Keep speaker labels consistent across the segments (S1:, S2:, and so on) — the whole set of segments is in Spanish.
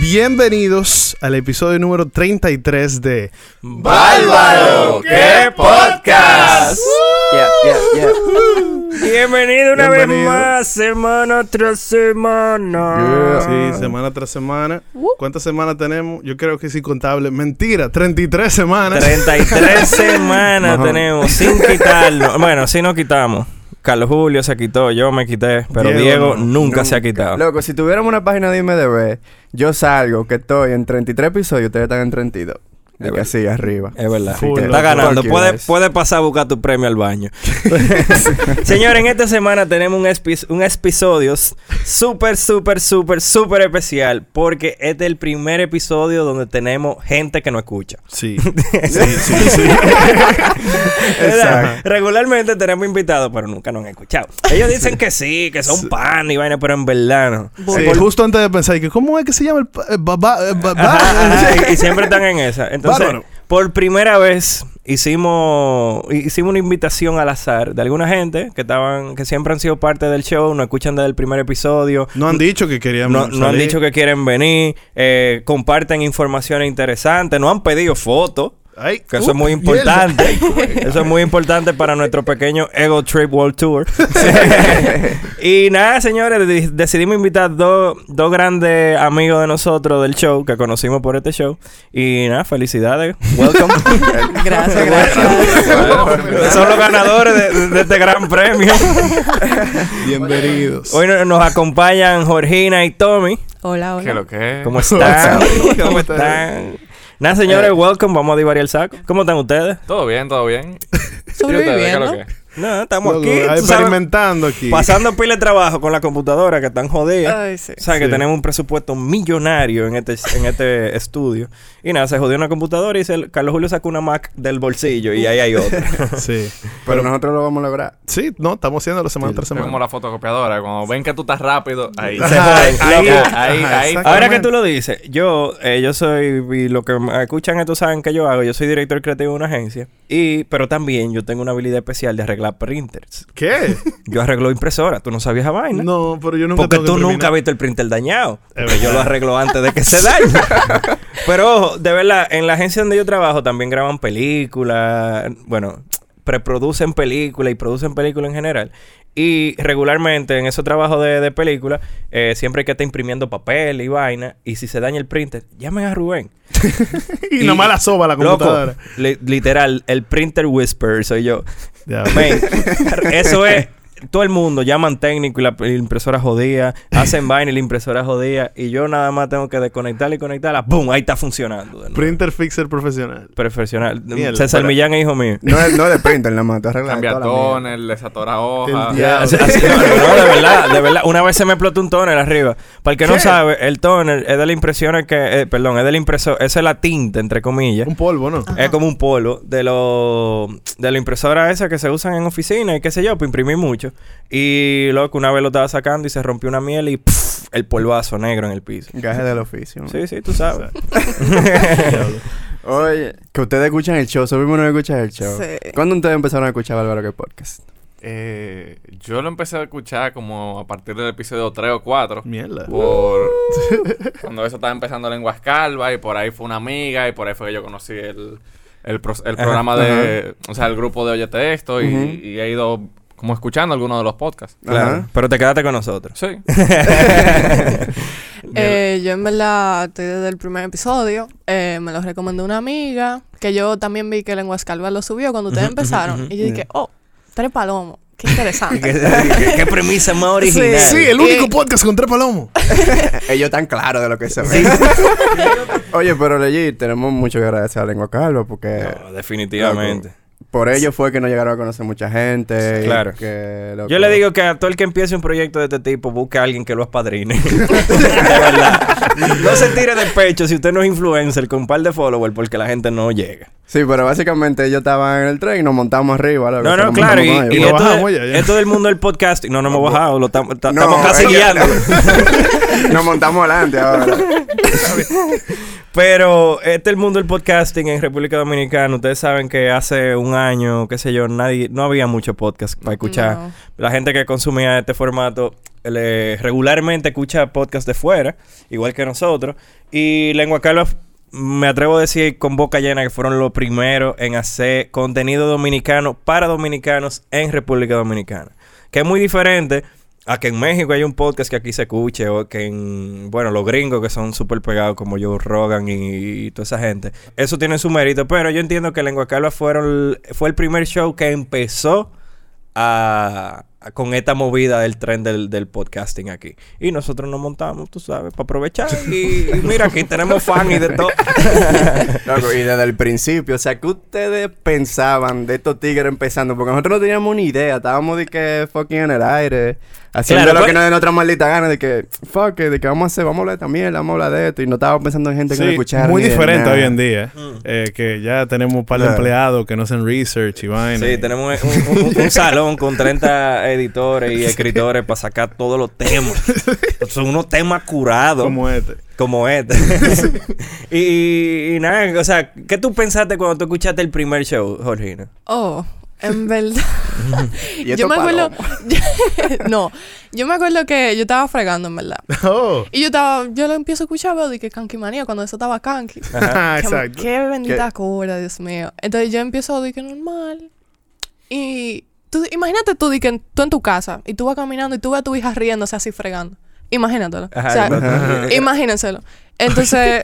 S1: Bienvenidos al episodio número 33 de
S2: ¡Bárbaro! ¡Qué podcast!
S3: Yeah, yeah, yeah.
S2: Bienvenido una vez
S1: Bienvenido.
S2: más, semana tras semana.
S1: Sí, semana tras semana. ¿Cuántas semanas tenemos? Yo creo que es incontable. Mentira, 33 semanas.
S2: 33 semanas tenemos, sin quitarnos. Bueno, si no quitamos. Carlos Julio se quitó, yo me quité, pero
S1: Diego
S2: Diego,
S1: no.
S2: nunca, se ha quitado.
S3: Loco, si tuviéramos una página de IMDB, yo salgo que estoy en 33 episodios y ustedes están en 32. De que así arriba.
S2: Es verdad.
S1: Full,
S2: Te
S1: loco.
S2: está ganando.
S3: Fuck you
S2: Puede,
S3: guys.
S2: puede pasar a buscar tu premio al baño. Señores, en esta semana tenemos un, espi- un episodio súper, súper, súper, súper especial. Porque este es el primer episodio donde tenemos gente que no escucha.
S1: Sí. Sí, sí, sí.
S2: ¿Verdad?
S3: Exacto.
S2: Regularmente tenemos invitados, pero nunca nos han escuchado. Ellos dicen que sí, que son pan y vaina, pero en verdad no.
S1: Sí, Justo antes de pensar, y que, ¿cómo es que se llama el... pa- eh, ba- ba- eh, ba- ba-
S2: Ajá, ajá, y, y siempre están en esa. Entonces,
S1: Bárbaro.
S2: por primera vez hicimos hicimos una invitación al azar de alguna gente que estaban que siempre han sido parte del show, no escuchan desde el primer episodio.
S1: Mm, No han dicho que querían
S2: No, no han
S1: salir.
S2: dicho que quieren venir, eh, comparten información interesante, no han pedido fotos.
S1: Ay,
S2: Que eso
S1: uh,
S2: es muy
S1: mierda.
S2: importante. eso es muy importante para nuestro pequeño Ego Trip World Tour. y nada, señores, de- decidimos invitar dos dos grandes amigos de nosotros del show que conocimos por este show. Y nada, felicidades.
S3: Welcome.
S4: Gracias, gracias.
S2: Son los ganadores de, de- de este gran premio.
S1: Bienvenidos.
S2: Hoy no- nos acompañan Georgina y Tommy.
S5: Hola, hola.
S2: ¿Cómo están? ¿Cómo están? Nada, señores, welcome. Vamos a divagar el saco. ¿Cómo están ustedes?
S6: Todo bien, todo bien.
S5: Sobreviviendo.
S2: No, estamos
S1: Loco,
S2: aquí. tú sabes,
S1: experimentando aquí.
S2: Pasando pila de trabajo con la computadora que están jodidas.
S5: Ay, sí.
S2: O sea, que
S1: Sí.
S2: tenemos un presupuesto millonario en este, en este estudio. Y nada, se jodió una computadora y se- Carlos Julio sacó una Mac del bolsillo y ahí hay otra.
S1: Sí.
S3: Pero nosotros lo vamos a lograr.
S1: Sí, no, estamos haciendo la semana tras
S6: Es como
S1: semana.
S6: la fotocopiadora. Cuando ven que tú estás rápido, ahí.
S2: Se joden.
S6: ahí,
S2: Loco.
S6: ahí,
S1: Ajá,
S6: ahí.
S1: exacto.
S2: Ahora que tú lo dices, yo, eh, yo soy, y lo que me escuchan esto saben que yo hago, yo soy director creativo de una agencia, y, pero también yo tengo una habilidad especial de arreglar printers.
S1: ¿Qué?
S2: Yo arreglo impresoras, tú no sabías esa vaina.
S1: No, pero yo nunca
S2: Porque
S1: tengo que
S2: tú
S1: imprimir
S2: nunca has
S1: nada.
S2: visto el printer dañado.
S1: Es
S2: Porque yo
S1: verdad.
S2: lo arreglo antes de que se dañe. Pero ojo, de verdad, en la agencia donde yo trabajo también graban películas. Bueno, preproducen películas y producen películas en general. Y regularmente en esos trabajos de, de película, eh, siempre hay que estar imprimiendo papel y vaina. Y si se daña el printer, llamen a Rubén.
S1: Y nomás la soba la
S2: Loco,
S1: computadora.
S2: li- literal, el printer whisperer soy yo.
S1: Ya,
S2: Men, eso es. Todo el mundo llaman técnico y la, y la impresora jodía, hacen vaina y la impresora jodía, y yo nada más tengo que desconectarla y conectarla, ¡boom! Ahí está funcionando. de nuevo.
S1: Printer fixer profesional.
S2: Profesional.
S1: Mierda,
S2: César
S1: pero-
S2: Millán es hijo mío.
S3: No es, no es de printer nada más, te arreglas de
S6: Cambia
S3: toda la mierda.
S6: tonel, desatora hoja.
S1: El diablo.
S2: Así- así- no, no, de verdad, de verdad. Una vez se me explotó un tóner arriba. Para el que no sabe, el tóner es de la impresión que, eh, perdón, es del impresor, esa es la tinta, entre comillas.
S1: Un polvo,
S3: Ah.
S1: ¿no?
S2: Es como un polo de los de la impresora esa que se usan en oficina y qué sé yo, para imprimir mucho. Y loco, una vez lo estaba sacando y se rompió una miel y ¡puf! el polvazo negro en el piso.
S3: Gajes del oficio. man.
S2: Sí, sí, tú sabes.
S3: Oye, que ustedes escuchan el show, subimos no escuchan el show.
S5: Sí.
S3: ¿Cuándo ustedes empezaron a escuchar Bárbaro que podcast?
S6: Eh, yo lo empecé a escuchar como a partir del episodio 3 o 4.
S1: Mierda.
S6: Por cuando eso estaba empezando Lenguas Calvas y por ahí fue una amiga y por ahí fue que yo conocí el, el, pro- el programa de... O sea, el grupo de Oye Texto y,
S3: Ujú.
S6: y he ido como escuchando alguno de los podcasts.
S2: Claro.
S3: Ajá.
S2: Pero te quedaste con nosotros.
S6: Sí.
S5: Eh, yo en verdad estoy desde el primer episodio. Eh, me los recomendó una amiga. Que yo también vi que Lenguas Calvas lo subió cuando ustedes empezaron. Y yo dije, oh, tres palomos. Qué
S2: ¿Qué,
S5: interesante.
S2: qué- qué premisa más original.
S1: Sí,
S3: eh,
S1: el único podcast con tres palomos.
S3: Ellos tan claros de lo que se ven. Oye, pero Legit, tenemos mucho que agradecer a Lengua Calva porque
S2: No, definitivamente.
S3: por ellos fue que nos llegaron a conocer mucha gente. y
S2: Claro.
S3: que, loco,
S2: Yo le digo que a todo el que empiece un proyecto de este tipo, busque a alguien que lo apadrine. de verdad. No se tire de pecho si usted no es influencer con un par de followers porque la gente no llega.
S3: Sí, pero básicamente ellos estaban en el tren y nos montamos arriba. loco,
S2: No,
S3: se
S2: no,
S3: nos
S2: claro. Y, y
S3: montamos ahí,
S2: esto,
S3: loco.
S1: bajamos
S2: es-
S1: ya, ya.
S2: es todo el mundo del podcast. No, no hemos bajado. Lo tam- ta-
S3: No,
S2: estamos casi
S3: eh,
S2: guiando.
S3: nos montamos adelante ahora.
S2: Pero este es el mundo del podcasting en República Dominicana. Ustedes saben que hace un año, qué sé yo, nadie, no había mucho podcast para escuchar.
S5: No.
S2: La gente que consumía este formato le- regularmente escucha podcast de fuera, igual que nosotros. Y Lengua Calva, me atrevo a decir con boca llena que fueron los primeros en hacer contenido dominicano para dominicanos en República Dominicana. Que es muy diferente a que en México hay un podcast que aquí se escuche o que en, bueno, los gringos que son súper pegados como Joe Rogan y, y toda esa gente. Eso tiene su mérito, pero yo entiendo que Lengua Calva fueron, el- fue el primer show que empezó a, a- con esta movida del tren del, del podcasting aquí. Y nosotros nos montamos, tú sabes, para aprovechar. Y, y mira, aquí tenemos fan y de todo.
S3: Loco, y desde el principio, o sea, ¿qué ustedes pensaban de estos tigres empezando? Porque nosotros no teníamos ni idea, estábamos de que fucking en el aire, haciendo
S2: Claro,
S3: lo que
S2: pues-
S3: nos de nuestra maldita gana, de que fuck, it, de que vamos a hacer, vamos a hablar también, vamos a hablar de esto, y no estábamos pensando en gente que no
S1: Sí,
S3: escuchara.
S1: muy
S3: ni de
S1: diferente
S3: nada. Mm.
S1: hoy en día. eh, que ya tenemos un par de
S3: Claro.
S1: empleados que no hacen research y vaina.
S2: Sí, tenemos un, un- un- un salón con 30 editores y escritores para sacar todos los temas. Son unos temas curados.
S1: Como este.
S2: Como este. y, y nada, o sea, ¿qué tú pensaste cuando tú escuchaste el primer show, Jorgina?
S5: Oh, en verdad.
S3: Y
S5: yo
S3: esto
S5: me acuerdo.
S3: palomo.
S5: no, yo me acuerdo que yo estaba fregando, en verdad.
S1: Oh.
S5: Y yo estaba, yo lo empiezo a escuchar, veo, dije, Kanki Manía, cuando eso estaba Kanki.
S1: Ajá,
S5: Qué-
S1: exacto.
S5: Qué bendita
S3: ¿Qué?
S5: cura, Dios mío. Entonces yo empiezo de que normal. Y tú, imagínate tú, de que tú en tu casa y tú vas caminando y tú ves a tu hija riéndose así fregando. Imagínatelo.
S2: Ajá,
S5: o sea,
S2: ajá.
S5: imagínenselo. Entonces,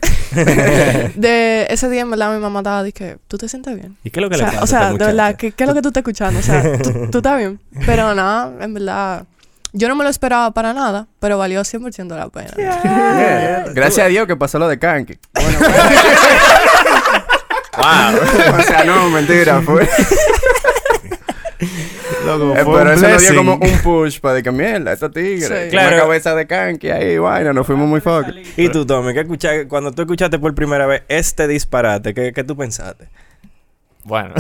S5: de ese día en verdad mi mamá estaba de que, ¿tú te sientes bien?
S2: ¿Y qué es lo
S5: O
S2: que le pasa?
S5: sea, o
S2: a
S5: sea
S2: esta
S5: de verdad,
S2: muchacha?
S5: ¿qué, qué es lo que tú estás escuchando? O sea, tú, tú estás bien. Pero nada, en verdad, yo no me lo esperaba para nada, pero valió 100% la pena.
S3: Yeah. Gracias a Dios que pasó lo de Kanki.
S6: wow.
S3: o sea, no, mentira, fue.
S1: Loco,
S3: Eh,
S1: fue
S3: pero
S1: un
S3: eso nos dio
S1: blessing.
S3: como un push para de que mierda, estos tigres.
S5: Sí.
S2: Claro.
S3: Una cabeza de Kanki ahí, vaina, nos fuimos muy fuck.
S2: Y tú, Tommy, ¿qué escuchaste? Cuando tú escuchaste por primera vez este disparate, ¿qué, qué tú pensaste?
S6: Bueno.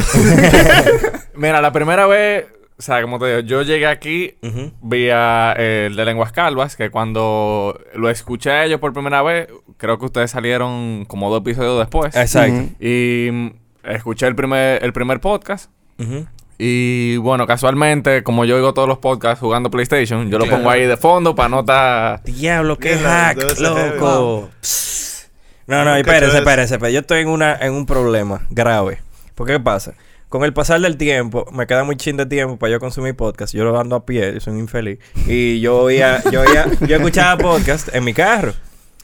S6: Mira, la primera vez, o sea, como te digo, yo llegué aquí
S2: Ujú.
S6: vía eh, el de Lenguas Calvas, que cuando lo escuché a ellos por primera vez, creo que ustedes salieron como dos episodios después.
S2: Exacto.
S6: Y mm, escuché el primer, el primer podcast.
S2: Ujú.
S6: Y bueno, casualmente, como yo oigo todos los podcasts jugando PlayStation, yo lo pongo ahí de fondo para no estar...
S2: Diablo, qué
S1: Mierda, debe
S2: hack,
S1: ser
S2: loco. Psst. No, no,
S1: Nunca he
S2: espérense,
S1: hecho eso.
S2: espérense, espérense. Yo estoy en una, en un problema grave. Porque qué pasa? Con el pasar del tiempo, me queda muy chin de tiempo para yo consumir podcast. Yo lo ando a pie, yo soy un infeliz. Y yo oía, yo oía, yo escuchaba podcast en mi carro.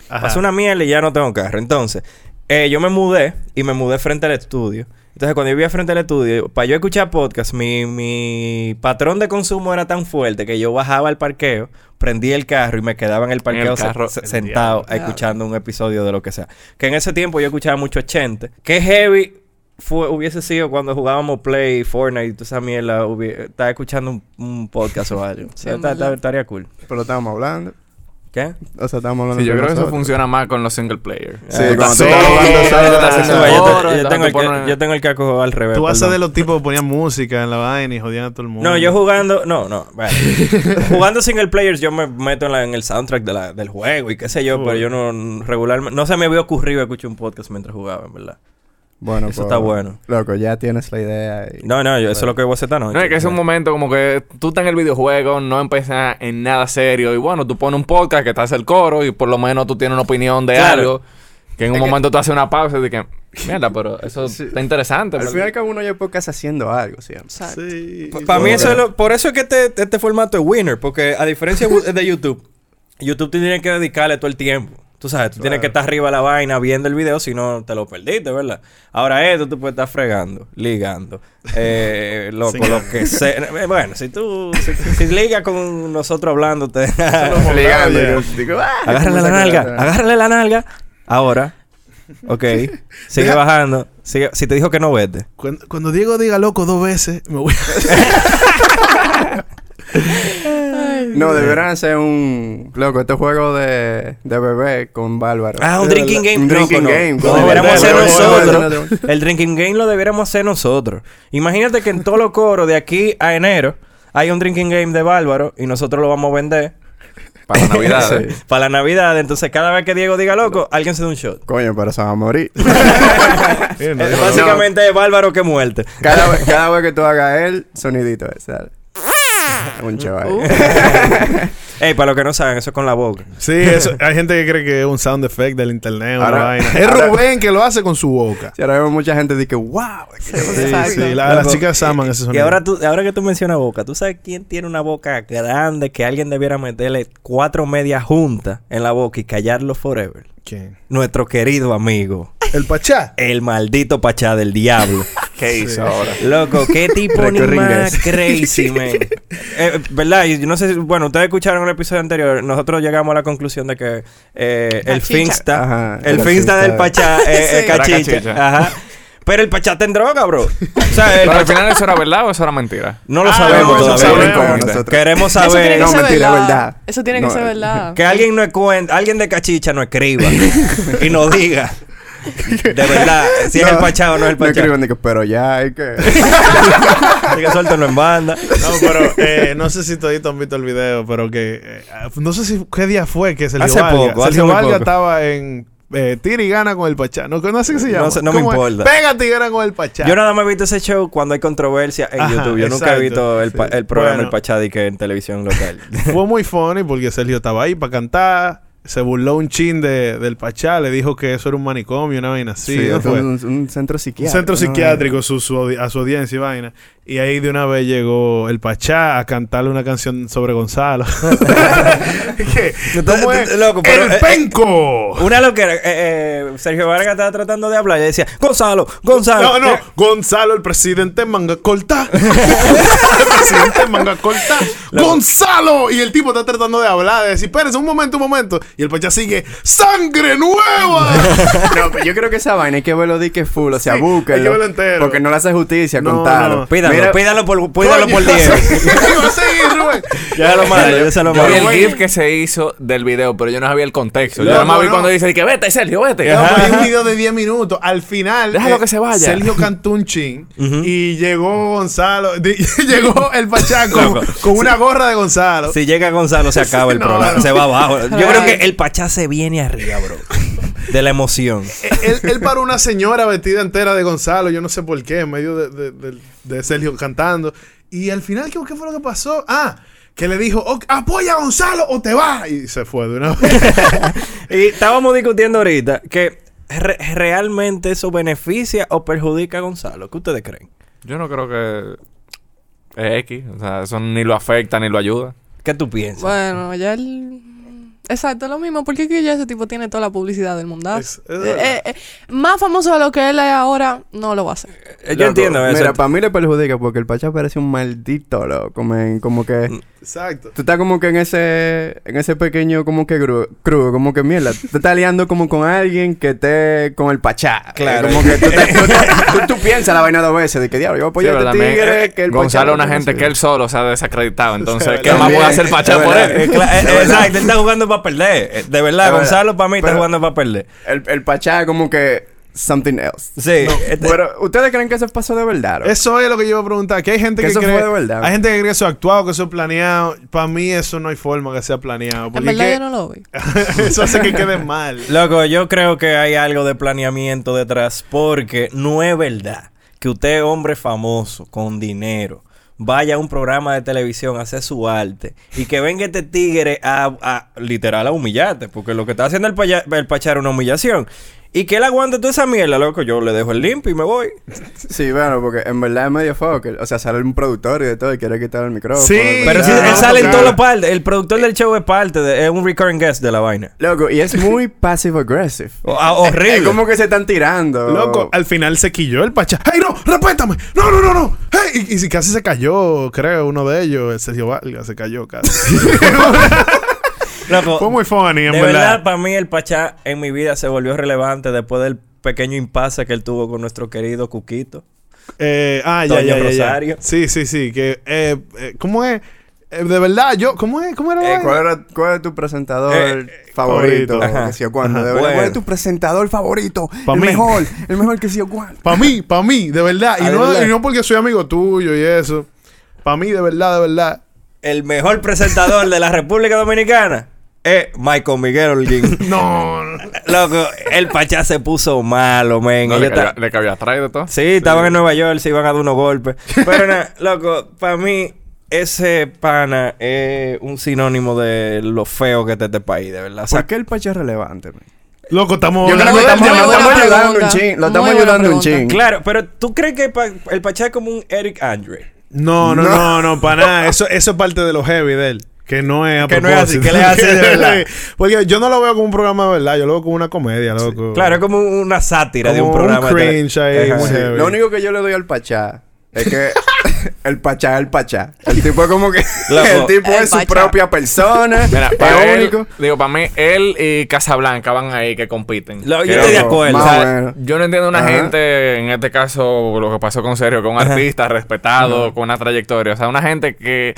S1: Ajá.
S2: Pasó una miel y ya no tengo carro. Entonces, eh, yo me mudé y me mudé frente al estudio. Entonces, cuando yo vivía frente al estudio, para yo escuchar podcast, mi, mi patrón de consumo era tan fuerte que yo bajaba al parqueo, prendía el carro y me quedaba en el parqueo
S6: el
S2: se-
S6: carro
S2: se-
S6: el
S2: sentado
S5: diablo.
S2: escuchando un episodio de lo que sea. Que en ese tiempo yo escuchaba mucho 80. Que heavy fue, hubiese sido cuando jugábamos Play, Fortnite y toda esa mierda. hubie- Estaba escuchando un, un podcast o algo.
S5: Sí,
S2: Está- está-
S5: verdad.
S2: Estaría cool.
S3: Pero estábamos hablando.
S2: ¿Qué?
S3: O sea, estábamos hablando
S6: Sí,
S3: entre
S6: yo creo que eso
S3: nosotros.
S6: funciona más con los single player.
S3: Sí,
S2: Ah,
S3: cuando
S1: sí.
S3: tú estás jugando
S1: Sí,
S3: solo,
S6: sí,
S3: haces
S6: sí,
S3: eso.
S6: sí.
S2: yo,
S6: Ahora,
S2: te- yo
S6: la
S2: tengo el,
S6: gente
S2: ca-
S6: pone-
S2: yo tengo el caco al revés.
S1: Tú haces
S2: perdón.
S1: de los tipos que ponían música en la vaina y jodían a todo el
S6: Mm.
S1: mundo.
S2: No, yo jugando. No, no. vale. jugando single players, yo me meto en, la- en el soundtrack de la- del juego y qué sé yo,
S1: Uy.
S2: pero yo no regularmente. No se me había ocurrido escuchar un podcast mientras jugaba, en verdad.
S3: Bueno, pues,
S2: Eso está bueno.
S3: Loco, ya tienes la idea. y-
S2: No, no, yo, eso es lo que voy a hacer esta noche.
S6: No, es que es un momento como que tú estás en el videojuego, no empiezas en nada serio. Y bueno, tú pones un podcast que te hace el coro y por lo menos tú tienes una opinión de
S2: Claro.
S6: algo. Que en un
S3: Es que-
S6: momento tú haces una pausa y dices, mierda, pero eso
S3: Sí.
S6: está interesante.
S3: Al
S6: pero-
S3: final que uno ya podcast haciendo algo siempre.
S5: Exacto.
S1: Sí.
S2: Para mí eso es lo- por eso es que este, este formato es winner, porque a diferencia de de YouTube, YouTube tú tienes que dedicarle todo el tiempo. Tú sabes, tú tienes que estar arriba de la vaina viendo el video, si no te lo perdiste, ¿verdad? Ahora esto tú puedes estar fregando, ligando, eh, loco,
S1: Sin
S2: lo que sea. Eh, Bueno, si tú, si, si ligas con nosotros hablando, te...
S3: Ligando.
S1: Oye.
S3: yo digo, "Ah,
S2: agárrale
S3: ¿cómo
S2: la
S3: se
S2: nalga,
S3: queda?"
S2: agárrale la nalga. Ahora, ok, sigue bajando. sigue- si te dijo que no, vete.
S1: Cuando, cuando Diego diga loco dos veces, me voy a...
S3: No, deberán hacer un. Loco, este juego de, de bebé con Bárbaro.
S2: Ah, un
S3: De
S2: drinking
S3: verdad.
S2: game.
S3: Un drinking
S2: no, no.
S3: game.
S2: Lo deberíamos
S1: no,
S2: hacer
S1: no, no,
S2: nosotros. El drinking game lo deberíamos hacer nosotros. Imagínate que en todos los coros de aquí a enero hay un drinking game de Bárbaro y nosotros lo vamos a vender
S6: Para Navidad.
S2: para la Navidad. Entonces, cada vez que Diego diga loco, alguien se da un shot.
S3: Coño, pero se va a morir.
S2: Eh, Básicamente, Bárbaro que muerte.
S3: cada, vez- cada vez que tú hagas el sonidito ese. dale. Un chaval.
S2: Uh. Ey, para los que no saben, eso es con la boca.
S1: Sí, eso, hay gente que cree que es un sound effect del internet. una
S3: Ahora-
S1: vaina. Es
S3: ahora-
S1: Rubén que lo hace con su boca.
S3: Si ahora vemos mucha gente dice, wow.
S1: Sí,
S5: Exacto.
S1: sí. la- las
S2: Loco,
S1: chicas aman ese
S2: Y
S1: sonido.
S2: ahora, tú, ahora que tú mencionas boca, ¿tú sabes quién tiene una boca grande que alguien debiera meterle cuatro medias juntas en la boca y callarlo forever?
S1: ¿Quién?
S2: Nuestro querido amigo,
S1: El Pachá.
S2: el maldito Pachá del Diablo.
S3: ¿Qué hizo ahora?
S2: Loco, qué tipo ni más
S3: Recorringues.
S2: crazy, man. Eh, ¿Verdad? Y yo no sé si, bueno, ustedes escucharon el episodio anterior. Nosotros llegamos a la conclusión de que eh,
S5: La
S2: el
S5: chicha.
S2: finsta,
S3: Ajá,
S2: el
S3: la
S2: finsta
S3: chicha.
S2: del Pachá eh,
S5: Sí.
S2: es cachicha.
S6: Era cachicha.
S2: Ajá. Pero el Pachá está en droga, bro. O sea, el
S6: Pero al
S2: Pachá-
S6: final eso era verdad o eso era mentira.
S2: no lo
S1: Ah,
S2: sabemos
S1: no, eso
S2: todavía.
S1: sabemos
S2: Incógnita.
S3: nosotros.
S2: Queremos
S5: Eso tiene
S2: saber
S5: que
S3: No,
S5: ser
S3: mentira,
S5: verdad.
S3: verdad.
S5: Eso tiene que
S3: No,
S5: ser
S3: eh,
S5: verdad.
S2: que alguien no cuente, alguien de cachicha no escriba y nos diga. De verdad, si es el Pachá o no es el
S3: No
S2: Pachá.
S3: escriben de que, pero ya hay que.
S2: Así que suéltenlo en banda.
S1: No, pero eh, no sé si todito han visto el video, pero que... eh, no sé si qué día fue que Sergio
S2: Hace
S1: Valga...
S2: poco, hace
S1: Sergio
S2: muy
S1: Valga
S2: poco.
S1: estaba en... Eh, tira y gana con el Pachá. No, no sé qué se
S2: No
S1: llama.
S2: sé, no me
S1: ¿Cómo es?
S2: importa.
S1: Pégate y gana con el Pachá.
S2: Yo nada más he visto ese show cuando hay controversia en
S1: Ajá,
S2: YouTube. Yo nunca he
S1: exacto,
S2: visto el, pa-
S1: sí.
S2: el programa
S1: Bueno.
S2: El Pachadi que en televisión local.
S1: Fue muy funny porque Sergio estaba ahí para cantar. Se burló un chin de, del Pachá. Le dijo que eso era un manicomio, una vaina así. ¿no
S3: es
S1: fue?
S3: un, un centro
S1: Un
S3: psiquiátrico.
S1: centro
S3: ¿no?
S1: psiquiátrico su- su audi- a su audiencia y vaina. Y ahí de una vez llegó el Pachá a cantarle una canción sobre Gonzalo. ¿Qué? ¿Cómo
S2: Entonces,
S1: es?
S2: loco, pero, eh,
S1: ¡El
S2: eh,
S1: penco!
S2: Una loquera. eh, eh, Sergio Vargas estaba tratando de hablar y decía, Gonzalo, Gonzalo. eh.
S1: No, no, Gonzalo, el presidente manga corta. el presidente manga corta. ¡Gonzalo! Y el tipo está tratando de hablar, de decir, espérense, un momento, un momento. Y el pachá sigue, ¡sangre nueva!
S3: No, pero yo creo que esa vaina hay que verlo de que full, o sea,
S1: Sí,
S3: búsquenlo.
S1: hay que verlo entero.
S3: Porque no le hace justicia
S1: No,
S3: contarlo.
S1: no.
S2: Pídalo,
S3: Mira-
S2: pídalo por, pídalo por
S1: Coño,
S2: 10.
S1: iba a seguir, Rubén.
S2: ya lo mando, yo se lo
S6: Yo vi
S2: mando.
S6: el GIF que se hizo del video, pero yo no sabía el contexto. Yo
S1: No,
S6: nada más
S1: no,
S6: vi
S1: no.
S6: cuando dice que vete, Sergio, vete.
S1: No, pero hay un video de 10 minutos. Al final. eh,
S6: Déjalo que se vaya.
S1: Sergio cantó un chin. Y llegó Gonzalo. di- llegó el Pachá con,
S2: Loco.
S1: con una gorra de Gonzalo.
S2: Si llega Gonzalo, se acaba el
S1: No,
S2: programa.
S1: no.
S2: Se va abajo. Yo creo que
S5: Ay.
S2: el Pachá se viene arriba, bro. De la emoción.
S1: Eh, él, él paró una señora vestida entera de Gonzalo. Yo no sé por qué. En medio de, de- de- de Sergio cantando. Y al final, ¿qué, qué fue lo que pasó? Ah. Que le dijo, "Ok, apoya a Gonzalo o te vas. Y se fue de una vez.
S2: Y estábamos discutiendo ahorita que re- realmente eso beneficia o perjudica a Gonzalo. ¿Qué ustedes creen?
S6: Yo no creo que es X. O sea, eso ni lo afecta ni lo ayuda.
S2: ¿Qué tú piensas?
S5: Bueno, ya el... Exacto, lo mismo. Porque es que ya ese tipo tiene toda la publicidad del mundo. ¿ah? Eh,
S1: Es- es verdad.
S5: más famoso de lo que él es ahora, no lo va a hacer.
S2: Eh,
S3: Loco,
S2: yo entiendo eso.
S3: Mira, para mí le perjudica porque el Pachá parece un maldito loco, men. Como que.
S1: Exacto.
S3: Tú estás como que en ese. En ese pequeño, como que gru- crudo, como que mierda. Tú estás liando como con alguien que esté con el Pachá.
S2: Claro.
S3: Eh, Como que tú, te- tú te- tú- tú piensas la vaina dos veces de que diablo, yo voy
S6: Sí,
S3: a apoyar a
S6: ¿verdad? Eh,
S3: este tigre que el Pachá.
S6: Gonzalo es
S3: no
S6: una gente
S3: conoce.
S6: que él solo se ha desacreditado. Entonces, ¿qué
S3: También.
S6: más puede hacer Pachá
S3: Es
S6: por
S3: verdad.
S2: Eh,
S6: él?
S2: cla- eh,
S3: verdad.
S2: exacto, él está jugando para perder. Eh, De verdad,
S3: verdad.
S2: Gonzalo para mí está
S3: Pero-
S2: jugando para perder.
S3: El, el Pachá como que. Something else.
S2: Sí. este-
S3: Pero, ¿ustedes creen que eso pasó de verdad? loco?
S1: Eso es lo que yo iba a preguntar. Que hay gente
S3: Que
S1: que,
S3: eso
S1: cree.
S3: fue de verdad.
S1: Hay gente que cree que eso es actuado, que eso es planeado. Para mí, eso no hay forma que sea planeado.
S5: En
S1: Porque
S5: verdad
S1: que-
S5: yo no lo vi.
S1: eso hace que quede mal.
S2: Loco, yo creo que hay algo de planeamiento detrás porque no es verdad que usted, hombre famoso, con dinero, vaya a un programa de televisión a hacer su arte y que venga este tigre a, a- literal a humillarte, porque lo que está haciendo el, paya- el Pachá era una humillación. Y que él aguante toda esa mierda, loco. Yo le dejo el limpio y me voy.
S3: Sí, bueno, porque en verdad es medio fucker. O sea, sale un productor y de todo y quiere quitar el micrófono.
S1: Sí,
S2: Pero
S3: ¿verdad?
S2: sí,
S1: no,
S2: él
S1: no,
S2: sale en
S1: claro.
S2: todas las partes. El productor del show es parte, de- es un recurring guest de la vaina.
S3: Loco, y es muy passive aggressive.
S2: O- a-
S3: Es
S2: horrible.
S3: como que se están tirando.
S1: Loco, al final se quilló el pacha. ¡Hey, no! ¡Respétame! ¡No, no, no, no! ¡Hey! Y, y si casi se cayó, creo, uno de ellos, el Sergio Valga, se cayó casi.
S2: Loco,
S1: Fue muy funny, en
S2: de verdad,
S1: verdad.
S2: para mí el Pachá en mi vida se volvió relevante después del pequeño impasse que él tuvo con nuestro querido Cuquito.
S1: Eh, ah, ya,
S2: Toño
S1: ya, ya, ya.
S2: Rosario.
S1: Sí, sí, sí. Que, eh, eh, ¿Cómo es? Eh, de verdad, yo, ¿cómo es? ¿Cómo era? la
S3: Eh, ¿cuál,
S1: vaina?
S3: era, ¿Cuál es tu presentador
S2: Eh,
S3: favorito?
S1: favorito.
S3: Que si yo cuándo, de verdad,
S2: Bueno.
S3: ¿Cuál es tu presentador favorito?
S1: Pa'
S3: el
S1: mí.
S3: mejor, el mejor que si yo cuándo.
S1: Pa' mí, pa' mí, de verdad. Y
S2: A
S1: no,
S2: verdad.
S1: y no porque soy amigo tuyo y eso. Pa' mí, de verdad, de verdad.
S2: El mejor presentador de la República Dominicana es Michael Miguel Holguín.
S1: No. no.
S2: Loco, el Pachá se puso malo, men.
S6: No,
S2: Ellos
S6: le,
S2: ta-
S6: cabía, le cabía atrás de todo.
S2: Sí, estaban en Nueva York, se iban a dar unos golpes. Pero nada, loco, para mí ese pana es un sinónimo de lo feo que está este país, de verdad. O sea,
S3: ¿Por qué el pacha es relevante? man?
S1: Loco, estamos.
S3: Yo creo
S1: hablando
S3: que
S1: de-
S3: estamos,
S5: buena
S3: lo estamos
S5: pregunta.
S3: ayudando un ching. Lo
S5: Muy
S3: estamos
S5: buena
S3: ayudando un
S5: pregunta.
S3: ching.
S2: claro, pero ¿tú crees que pa- el Pachá es como un Eric Andre?
S1: No, no, no, no, para nada. Eso, eso es parte de lo heavy de él. Que no es a
S2: Que no es así,
S1: propósito.
S2: que él es así de verdad.
S1: Porque yo no lo veo como un programa de verdad, yo lo veo como una comedia, loco.
S2: Claro, es como una sátira de
S1: Oh. Como
S2: un
S1: un
S2: programa. de tele-
S1: cringe ahí,
S2: Ajá.
S1: muy
S2: Sí.
S1: heavy.
S3: Lo único que yo le doy al Pachá es que el Pachá es el Pachá. El tipo es como que.
S2: Loco.
S3: el tipo
S5: El
S3: es su
S5: Pachá.
S3: propia persona.
S6: Mira,
S3: es
S6: para él,
S3: único.
S6: digo, para mí, él y Casablanca van ahí que compiten.
S2: Lo- yo
S6: Que-
S2: estoy de
S3: Loco,
S2: acuerdo.
S3: más
S2: O sea,
S3: o menos.
S6: Yo no entiendo a una
S3: Ajá.
S6: gente, en este caso, lo que pasó con Sergio, con un artista respetado, con una trayectoria. O sea, una gente que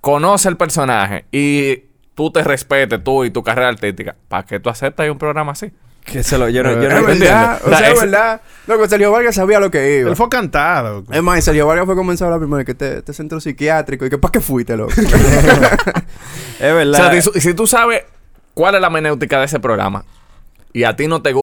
S6: conoce el personaje y tú te respetes, tú y tu carrera artística. ¿Para qué tú aceptas un programa así?
S2: Que se lo, yo no, yo no
S3: Es
S2: entiendo.
S3: verdad. O
S2: O sea,
S3: sea, es
S2: ese-
S3: verdad. Loco, Sergio Vargas sabía lo que iba.
S1: Él fue cantado.
S2: Eh,
S1: loco.
S3: Es más, Sergio Vargas fue comenzado la primera que este, este centro psiquiátrico y que ¿para qué fuiste, loco?
S2: es
S6: O
S2: verdad.
S6: sea, si, si tú sabes cuál es la menéutica de ese programa y a ti no te gusta,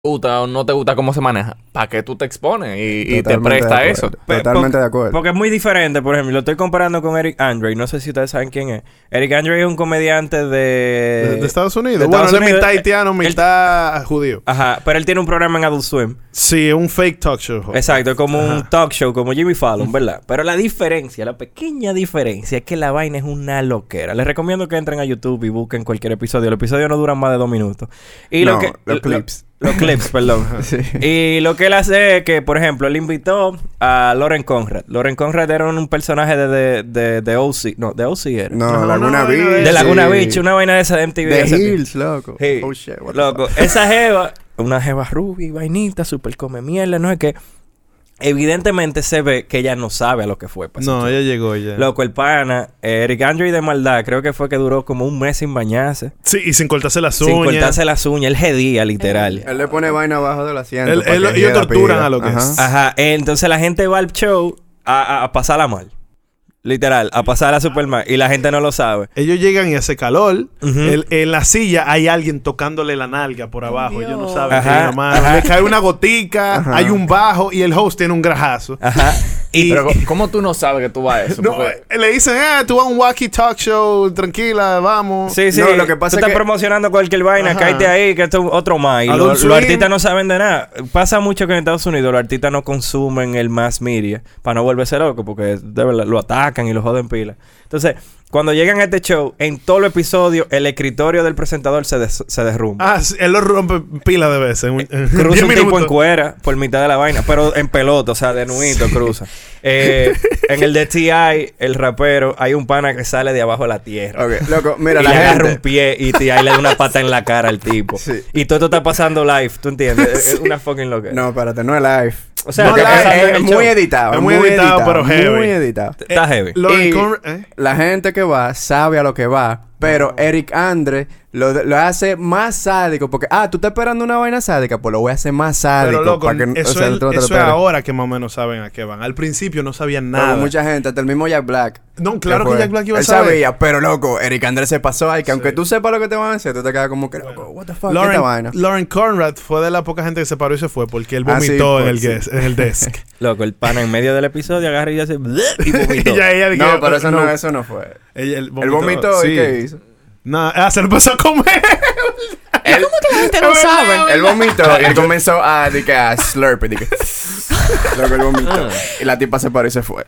S6: gusta o no te gusta cómo se maneja, ¿para qué tú te expones y, y te
S3: Totalmente
S6: presta
S3: de
S6: eso?
S3: acuerdo.
S2: Pe-
S3: Totalmente
S2: porque-
S3: de acuerdo.
S2: Porque es muy diferente, por ejemplo, lo estoy comparando con Eric Andre, no sé si ustedes saben quién es. Eric Andre es un comediante de...
S1: De, de Estados Unidos.
S2: de
S1: bueno,
S2: Estados
S1: él es
S2: Unidos. eh,
S1: mitad haitiano,
S2: Él-
S1: mitad judío.
S2: Ajá, pero él tiene un programa en Adult Swim.
S1: Sí, es un fake talk show.
S3: Pues,
S2: Exacto, es como un talk show, como Jimmy Fallon, ¿verdad? Pero la diferencia, la pequeña diferencia es que la vaina es una loquera. Les recomiendo que entren a YouTube y busquen cualquier episodio. Los episodios no duran más de dos minutos. Y lo
S3: No,
S2: que,
S3: los
S2: lo-
S3: clips.
S2: Los clips, perdón.
S3: Sí.
S2: Y lo que él hace es que, por ejemplo, él invitó a Loren Conrad. Loren Conrad era un personaje de, de, de, de OC. No, de OC era.
S3: No,
S1: No,
S3: Laguna
S1: no,
S3: Beach.
S1: no, no.
S2: De Laguna
S3: sí.
S2: Beach, una vaina de esa de MTV.
S3: De
S2: ese tipo.
S3: Hills, loco.
S2: Sí.
S3: Oh shit, what the
S2: Loco,
S3: fuck.
S2: esa jeva, una jeva rubia, vainita, super come mierda, no es que. Evidentemente se ve que ella no sabe a lo que fue. pasar.
S1: No, ya llegó ya.
S2: Loco, el pana, eh, Eric Andre de maldad, creo que fue que duró como un mes sin bañarse,
S1: Sí, y sin cortarse las
S2: sin
S1: uñas.
S2: cortarse las uñas, él gedía literal.
S3: Él le pone vaina abajo del asiento.
S1: Él-
S3: para
S1: él-
S3: que
S1: ellos
S3: quiera
S1: torturan
S3: pila.
S1: a lo que
S3: Ajá.
S1: es.
S2: Ajá, eh, entonces la gente va al show a, a, a pasarla mal. Literal, a pasar a Superman. Y la gente no lo sabe.
S1: Ellos llegan y hace calor. El- en la silla hay alguien tocándole la nalga por abajo. Ellos no
S5: Dios.
S1: saben qué
S2: Ajá,
S1: es la mano.
S2: ajá.
S1: Le cae una gotica, hay un bajo y el host tiene un grajazo.
S2: Ajá.
S1: Y
S6: Pero, ¿cómo tú no sabes que tú vas a eso?
S1: no,
S6: Porque-
S1: eh, le dicen, eh, tú vas a un wacky talk show, tranquila, vamos.
S2: Sí, sí.
S3: No, lo que
S2: Tú
S3: pasa es
S2: estás
S3: que-
S2: promocionando cualquier vaina,
S1: Ajá.
S2: cállate ahí, que esto es otro más. Y
S1: Adult
S2: lo- los
S1: Swim.
S2: artistas no saben de nada. Pasa mucho que en Estados Unidos los artistas no consumen el mass media para no volverse locos, porque de verdad lo atacan y lo joden pila. Entonces, cuando llegan a este show, en todo el episodio, el escritorio del presentador se, des- se derrumba.
S1: Ah, sí, él lo rompe pila de veces. en
S3: Eh,
S1: un- en
S2: Cruza
S1: 10
S2: un tipo
S1: minutos.
S2: en cuera por mitad de la vaina, pero en pelota, o sea, de nudito cruza. Eh, en el de T.I., el rapero, hay un pana que sale de abajo de la tierra.
S3: Ok, loco, mira,
S2: y
S3: la
S2: le agarra
S3: gente.
S2: un pie y te, ahí le da una pata en la cara al tipo.
S3: Sí.
S2: Y todo esto está pasando live, ¿tú entiendes? Es- Es una fucking loca.
S3: No, espérate, no es live.
S2: O sea,
S1: No
S2: lo que
S1: live,
S2: pasa
S3: es,
S2: en
S3: es
S2: el show
S3: muy editado.
S1: Es
S3: Es
S1: muy
S3: muy
S1: editado, pero heavy.
S3: Muy editado.
S2: Está heavy.
S1: Lo
S3: Y
S1: encom- ¿eh?
S3: La gente que va sabe a lo que va, pero Eric Andre lo, lo hace más sádico porque, ah, tú estás esperando una vaina sádica, pues lo voy a hacer más sádico.
S1: Pero loco,
S3: para que,
S1: eso,
S3: o sea,
S1: es,
S3: tú no te lo
S1: eso es
S3: esperes.
S1: ahora que más o menos saben a qué van. Al principio no sabían
S3: Pero
S1: nada.
S3: mucha gente, hasta el mismo Jack Black.
S1: No, claro que
S3: fue-
S1: Jack Black iba a
S3: Él
S1: saber.
S3: sabía, pero loco, Eric Andre se pasó ahí, que aunque tú sepas lo que te van a hacer, tú te quedas como que, loco, what the fuck, ¿qué esta vaina?
S1: Lauren, Lauren Conrad fue de la poca gente que se paró y se fue porque él
S3: Ah, sí,
S1: vomitó en,
S3: pues,
S1: el
S3: sí.
S1: guest- en el desk.
S2: Loco, el pana en medio del episodio agarra y hace... Y vomitó.
S1: y ya ella dijo,
S3: No, pero eso no,
S1: "Look".
S3: eso no fue.
S1: Ella- él
S3: El vómito, ¿y
S1: sí.
S3: qué hizo?
S1: No, ah, se lo empezó a comer.
S3: Él-
S5: La gente no
S1: Es verdad,
S5: sabe.
S3: Él vomitó y él comenzó a, de que, a slurp. y de que- Luego él vomitó. Y la tipa se paró y se fue.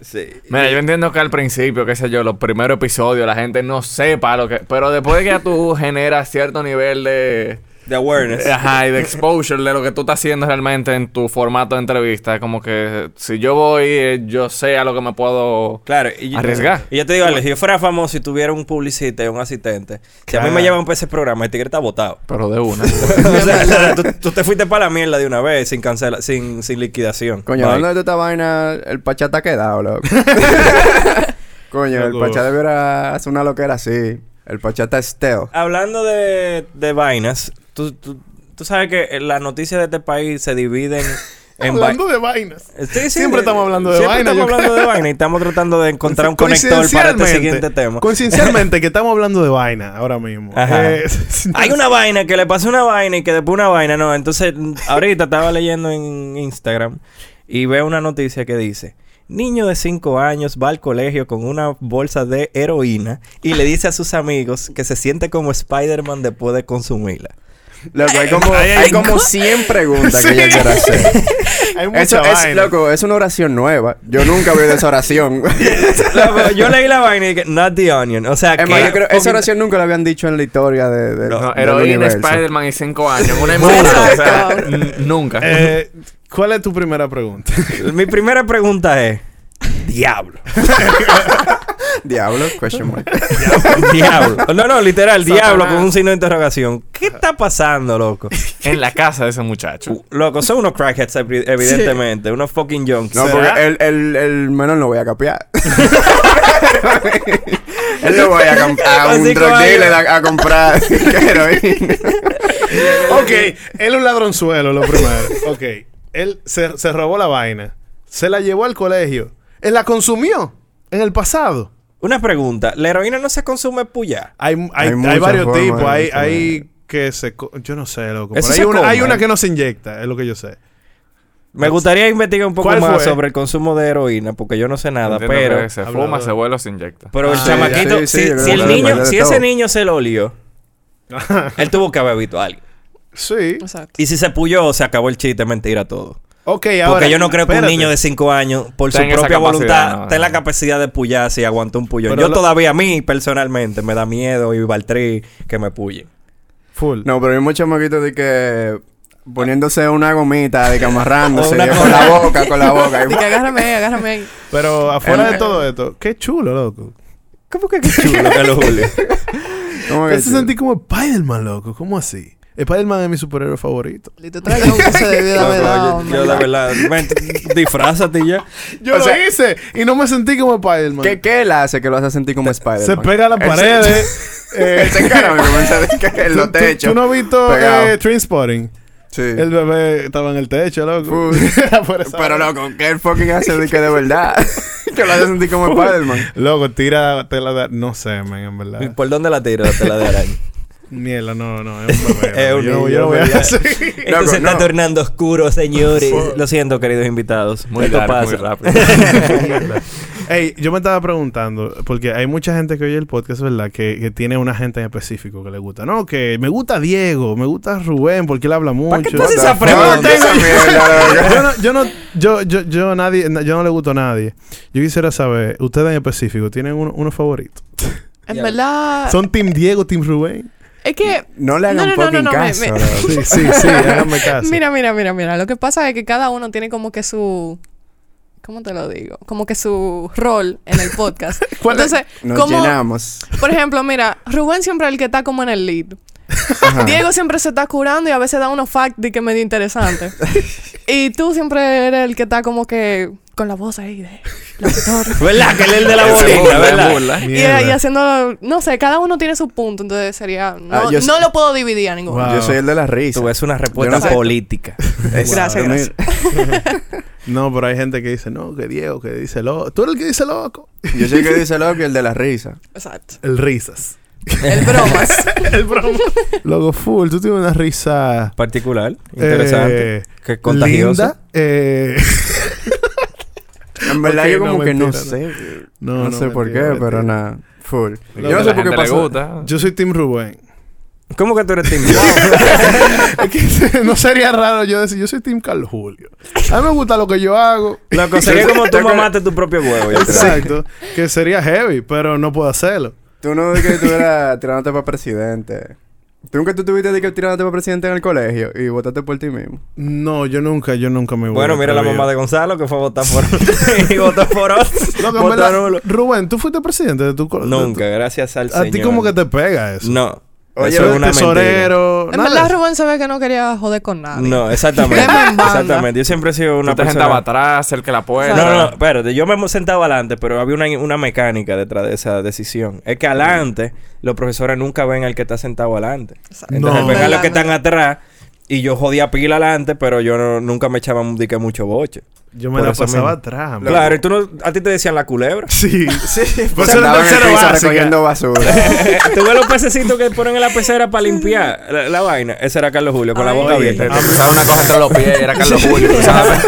S6: Mira, yo entiendo que al principio, qué sé yo, los primeros episodios la gente no sepa lo que... Pero después de que ya tú generas cierto nivel de...
S2: The awareness.
S6: Ajá, y de exposure de lo que tú estás haciendo realmente en tu formato de entrevista. Es como que si yo voy, eh, yo sé a lo que me puedo...
S2: Claro. Y yo-
S6: Arriesgar.
S2: Y yo te digo, Alex, si yo fuera famoso y tuviera un publicista y un asistente, si a mí me llevan para ese programa, el tigre está botado.
S6: Pero de una.
S2: o sea, o sea, tú, tú te fuiste para la mierda de una vez sin cancela, sin, sin liquidación.
S3: Coño,
S2: Bye.
S3: hablando de toda esta vaina, el pachá está quedado, loco. Coño, el
S1: Loco.
S3: pachá debiera hacer una loquera así. El pachá está esteo.
S2: Hablando de, de vainas, tú, tú- tú sabes que las noticias de este país se dividen en vai-
S1: Hablando de vainas.
S2: Sí, sí,
S1: Siempre estamos hablando de
S2: siempre
S1: vaina,
S2: Estamos
S1: yo
S2: hablando de vaina y estamos tratando de encontrar un conector para este
S1: Coincidencialmente-
S2: siguiente tema.
S1: Coincidencialmente que estamos hablando de vaina ahora mismo.
S2: Ajá.
S1: Eh,
S2: Hay una vaina que le pasó una vaina y que después una vaina, no. Entonces, mm, ahorita estaba leyendo en Instagram y veo una noticia que dice: Niño de 5 años va al colegio con una bolsa de heroína y le dice a sus amigos que se siente como Spider-Man después de consumirla.
S3: Loco, hay como,
S1: Ay, ay,
S3: hay como 100 preguntas que yo quiero hacer.
S1: Hay mucha
S3: Eso es,
S1: vaina.
S3: loco, es una oración nueva. Yo nunca vi de esa oración.
S2: Loco, yo leí la vaina y dije: Not the onion. O sea,
S3: Es
S2: que.
S3: más, yo creo, esa oración nunca la habían dicho en la historia de, de,
S6: No,
S3: del
S6: heroína,
S3: universo.
S6: Spider-Man y cinco años. Una empresa. o sea, n- nunca.
S1: Eh, ¿Cuál es tu primera pregunta?
S2: Mi primera pregunta es: Diablo.
S3: Diablo, question mark.
S2: diablo. No, no, literal,
S6: Satanás.
S2: diablo con un signo de interrogación. ¿Qué está pasando, loco?
S6: en la casa de ese muchacho.
S2: Loco, son unos crackheads, evi- evidentemente. Unos fucking junkies.
S3: No, porque el, el, el menor no voy a capear. Él lo voy a, com- a
S2: Con
S3: un
S2: cinco
S3: drug dealer
S2: años.
S3: a, a comprar heroína.
S1: ok, él es un ladronzuelo, lo primero. Ok, él se, se robó la vaina. Se la llevó al colegio. Él la consumió en el pasado.
S2: Una pregunta. ¿La heroína no se consume pues puya?
S1: Hay, hay, hay
S3: muchas
S1: varios
S3: formas
S1: tipos.
S3: de
S1: Hay,
S3: consumir.
S1: hay que se... co- Yo no sé, loco. pero
S2: Eso
S1: hay,
S2: se
S1: una,
S2: come.
S1: hay una que no se inyecta, es lo que yo sé.
S2: Me gustaría investigar un poco
S1: ¿Cuál
S2: más
S1: fue?
S2: sobre el consumo de heroína, porque yo no sé nada,
S6: Entiendo
S2: pero...
S6: que se
S1: Hablador.
S6: fuma, se vuelve, se inyecta.
S2: Pero el
S1: Ah,
S2: chamaquito,
S3: sí, sí,
S2: si,
S3: yo creo
S2: si
S3: que
S2: el
S3: se
S2: niño,
S3: depende
S2: si
S3: de
S2: ese
S3: todo.
S2: niño se lo olió, él tuvo que haber visto algo.
S1: Sí.
S5: Exacto.
S2: Y si se puyó, se acabó el chiste, mentira todo.
S1: Ok, ahora...
S2: Porque yo no creo que
S1: espérate.
S2: un niño de 5 años, por su
S6: Tenga esa
S2: propia
S6: capacidad,
S2: voluntad,
S6: no,
S2: tenga la
S6: no.
S2: capacidad de puyar si aguanta un pullón.
S1: Pero
S2: Yo
S1: lo-
S2: todavía a mí, personalmente, me da miedo y Valtrí que me puyen.
S1: Full.
S3: No, pero hay muchos chamaquito de que poniéndose una gomita, de que amarrándose
S2: O una
S3: y con la boca, con la boca.
S5: De que agárrame ahí, agárrame ahí.
S1: Pero afuera
S3: El-
S1: de todo esto, qué chulo, loco.
S2: ¿Cómo que qué chulo, Carlos Julio?
S3: ¿Cómo
S1: Me
S3: que
S1: hace sentir como Spider-Man, loco. ¿Cómo así? Spider-Man es mi superhéroe favorito.
S5: Y te traigo un que se debiera haber dado.
S2: Yo, yo, la verdad, ven, disfrázate y ya.
S1: Yo
S3: O
S1: lo
S3: sea-
S1: hice y no me sentí como Spider-Man.
S3: ¿Qué, ¿Qué él hace que lo hace sentir como Spider-Man?
S1: Se pega a las
S3: Él se-
S1: paredes. eh,
S3: Él se encara, me comienza a decir que en
S1: ¿Tú-
S3: los
S1: tú-
S3: techos.
S1: ¿Tú no has visto
S3: pegado.
S1: eh, Trainspotting?
S3: Sí.
S1: El bebé estaba en el techo, loco.
S3: Full.
S1: Era por esa
S3: Pero
S1: vaina.
S3: loco, ¿qué él fucking hace de que de verdad? Yo la sentí como Spider-Man.
S1: Loco, tira tela de... No sé, men, en
S2: ¿Y
S1: verdad.
S2: ¿Por dónde la tiro la tela de araña?
S1: Mierda, no, no. Es un bebé.
S2: Es
S1: no,
S2: un
S1: yo, no-
S2: niño,
S1: yo no voy a...
S2: ¿verdad?
S1: Sí.
S2: Esto se está
S3: no.
S2: tornando oscuro, señores. Lo siento, queridos invitados.
S6: Muy
S2: Esto
S6: dark, muy
S2: pasa.
S6: rápido.
S1: Ey, yo me estaba preguntando, porque hay mucha gente que oye el podcast, ¿verdad? Que, que tiene una gente en específico que le gusta. No, que me gusta Diego, me gusta Rubén, porque él habla mucho.
S2: qué tú haces esa
S3: No,
S2: pregunta?
S3: no, esa mierda, loco.
S1: yo no, yo no, yo, yo, yo nadie, na- yo no le gusto a nadie. Yo quisiera saber, ustedes en específico, ¿tienen uno, uno favorito?
S5: En verdad.
S1: ¿Son Team Diego, Team Rubén?
S5: Es que.
S3: No le hagan
S5: No, no, no,
S3: fucking
S5: no, no, me-
S3: caso.
S5: me-
S3: loco.
S1: Sí, sí, sí, háganme caso.
S5: Mira, mira, mira, mira. Lo que pasa es que cada uno tiene como que su. ¿Cómo te lo digo? Como que su rol en el podcast.
S1: ¿Cuál es?
S5: Entonces,
S3: Nos
S5: como.
S3: llenamos.
S5: Por ejemplo, mira, Rubén siempre es el que está como en el lead. Diego siempre se está curando y a veces da unos facts de que medio interesantes. y tú siempre eres el que está como que con la voz ahí de locutor.
S2: ¿Verdad? Que él es el de la
S6: Se
S2: bolita,
S6: burla,
S2: ¿verdad?
S6: burla.
S5: y, y
S1: Mierda.
S5: haciendo, no sé, cada uno tiene su punto, entonces sería, no,
S3: Ah, yo sé-
S5: no lo puedo dividir a ninguno.
S1: Wow.
S3: Yo soy el de la risa.
S2: Tú es una respuesta
S3: Yo no sé.
S2: política.
S5: Gracias, gracias.
S1: No, pero hay gente que dice, no, que Diego, que dice loco. Tú eres el que dice loco.
S3: Yo soy el que dice loco y el de la risa.
S5: Exacto.
S1: El risas.
S5: El bromas.
S1: el broma. Loco full, tú tienes una risa.
S2: Particular, interesante.
S1: eh,
S2: que contagiosa.
S1: linda, eh,
S3: En verdad,
S1: Ok,
S3: yo como
S1: no,
S3: que no,
S1: mentira,
S3: sé.
S1: no,
S3: No,
S1: no,
S3: sé por
S1: mentira,
S3: qué, pero
S1: mentira.
S3: nada. Full.
S6: Y
S3: Yo
S6: a
S3: no sé
S6: la
S3: por qué
S6: gente
S3: pasa.
S6: Le gusta.
S1: Yo soy Tim Rubén.
S2: ¿Cómo que tú eres tímido?
S1: Es que no sería raro yo decir, yo soy Tim Carlos Julio. A mí me gusta lo que yo hago.
S2: Loco, sería como tú mamaste tu propio huevo. yo creo.
S1: Exacto. Que sería heavy, pero no puedo hacerlo.
S3: Tú no de que tú eras tirándote para presidente. Tú nunca tú tuviste de que tirándote para presidente en el colegio y votaste por ti mismo.
S1: No, yo nunca, yo nunca me voy
S2: Bueno,
S1: a
S2: mira la
S1: atrever.
S2: mamá de Gonzalo que fue a votar por y votó por otro.
S1: Loco, en
S2: Votó
S1: verdad,
S2: nulo.
S1: Rubén, ¿tú fuiste presidente de tu co- de tu-
S2: Nunca, gracias al
S1: A
S2: señor.
S1: ti como que te pega eso.
S2: No.
S3: Oye,
S2: eso es una mentira.
S1: tesorero.
S5: en
S1: nada de
S5: verdad,
S1: eso.
S5: Rubén se ve que no quería joder con nadie.
S2: No, exactamente.
S5: Deme en banda.
S2: exactamente. Yo siempre he sido una
S6: Una gente
S2: persona...
S6: estaba atrás, cerca de la puerta.
S2: No, no, espérate. Yo me sentaba adelante, pero había una, una mecánica detrás de esa decisión. Es que adelante, los profesores nunca ven al que está sentado adelante. Entonces,
S1: No.
S2: ven a los que
S5: Verdad,
S2: están atrás. Y yo jodía pila adelante, pero yo no- nunca me echaba de que mucho boche.
S1: Yo me
S2: Por
S1: la
S2: eso
S1: pasaba
S2: mismo.
S1: atrás. man.
S2: Claro, y tú no... A ti te decían la culebra.
S1: Sí, sí. Por
S3: Pues
S1: eso era
S3: andaban en el
S1: tercero
S3: piso
S1: básica.
S3: recogiendo basura.
S2: Tú ves los pececitos que ponen en la pecera para limpiar la, la vaina. Ese era Carlos Julio, con la boca abierta.
S1: Ah,
S6: Te
S1: pues,
S6: pasaba una cosa entre los pies, era Carlos Julio, ¿sabes?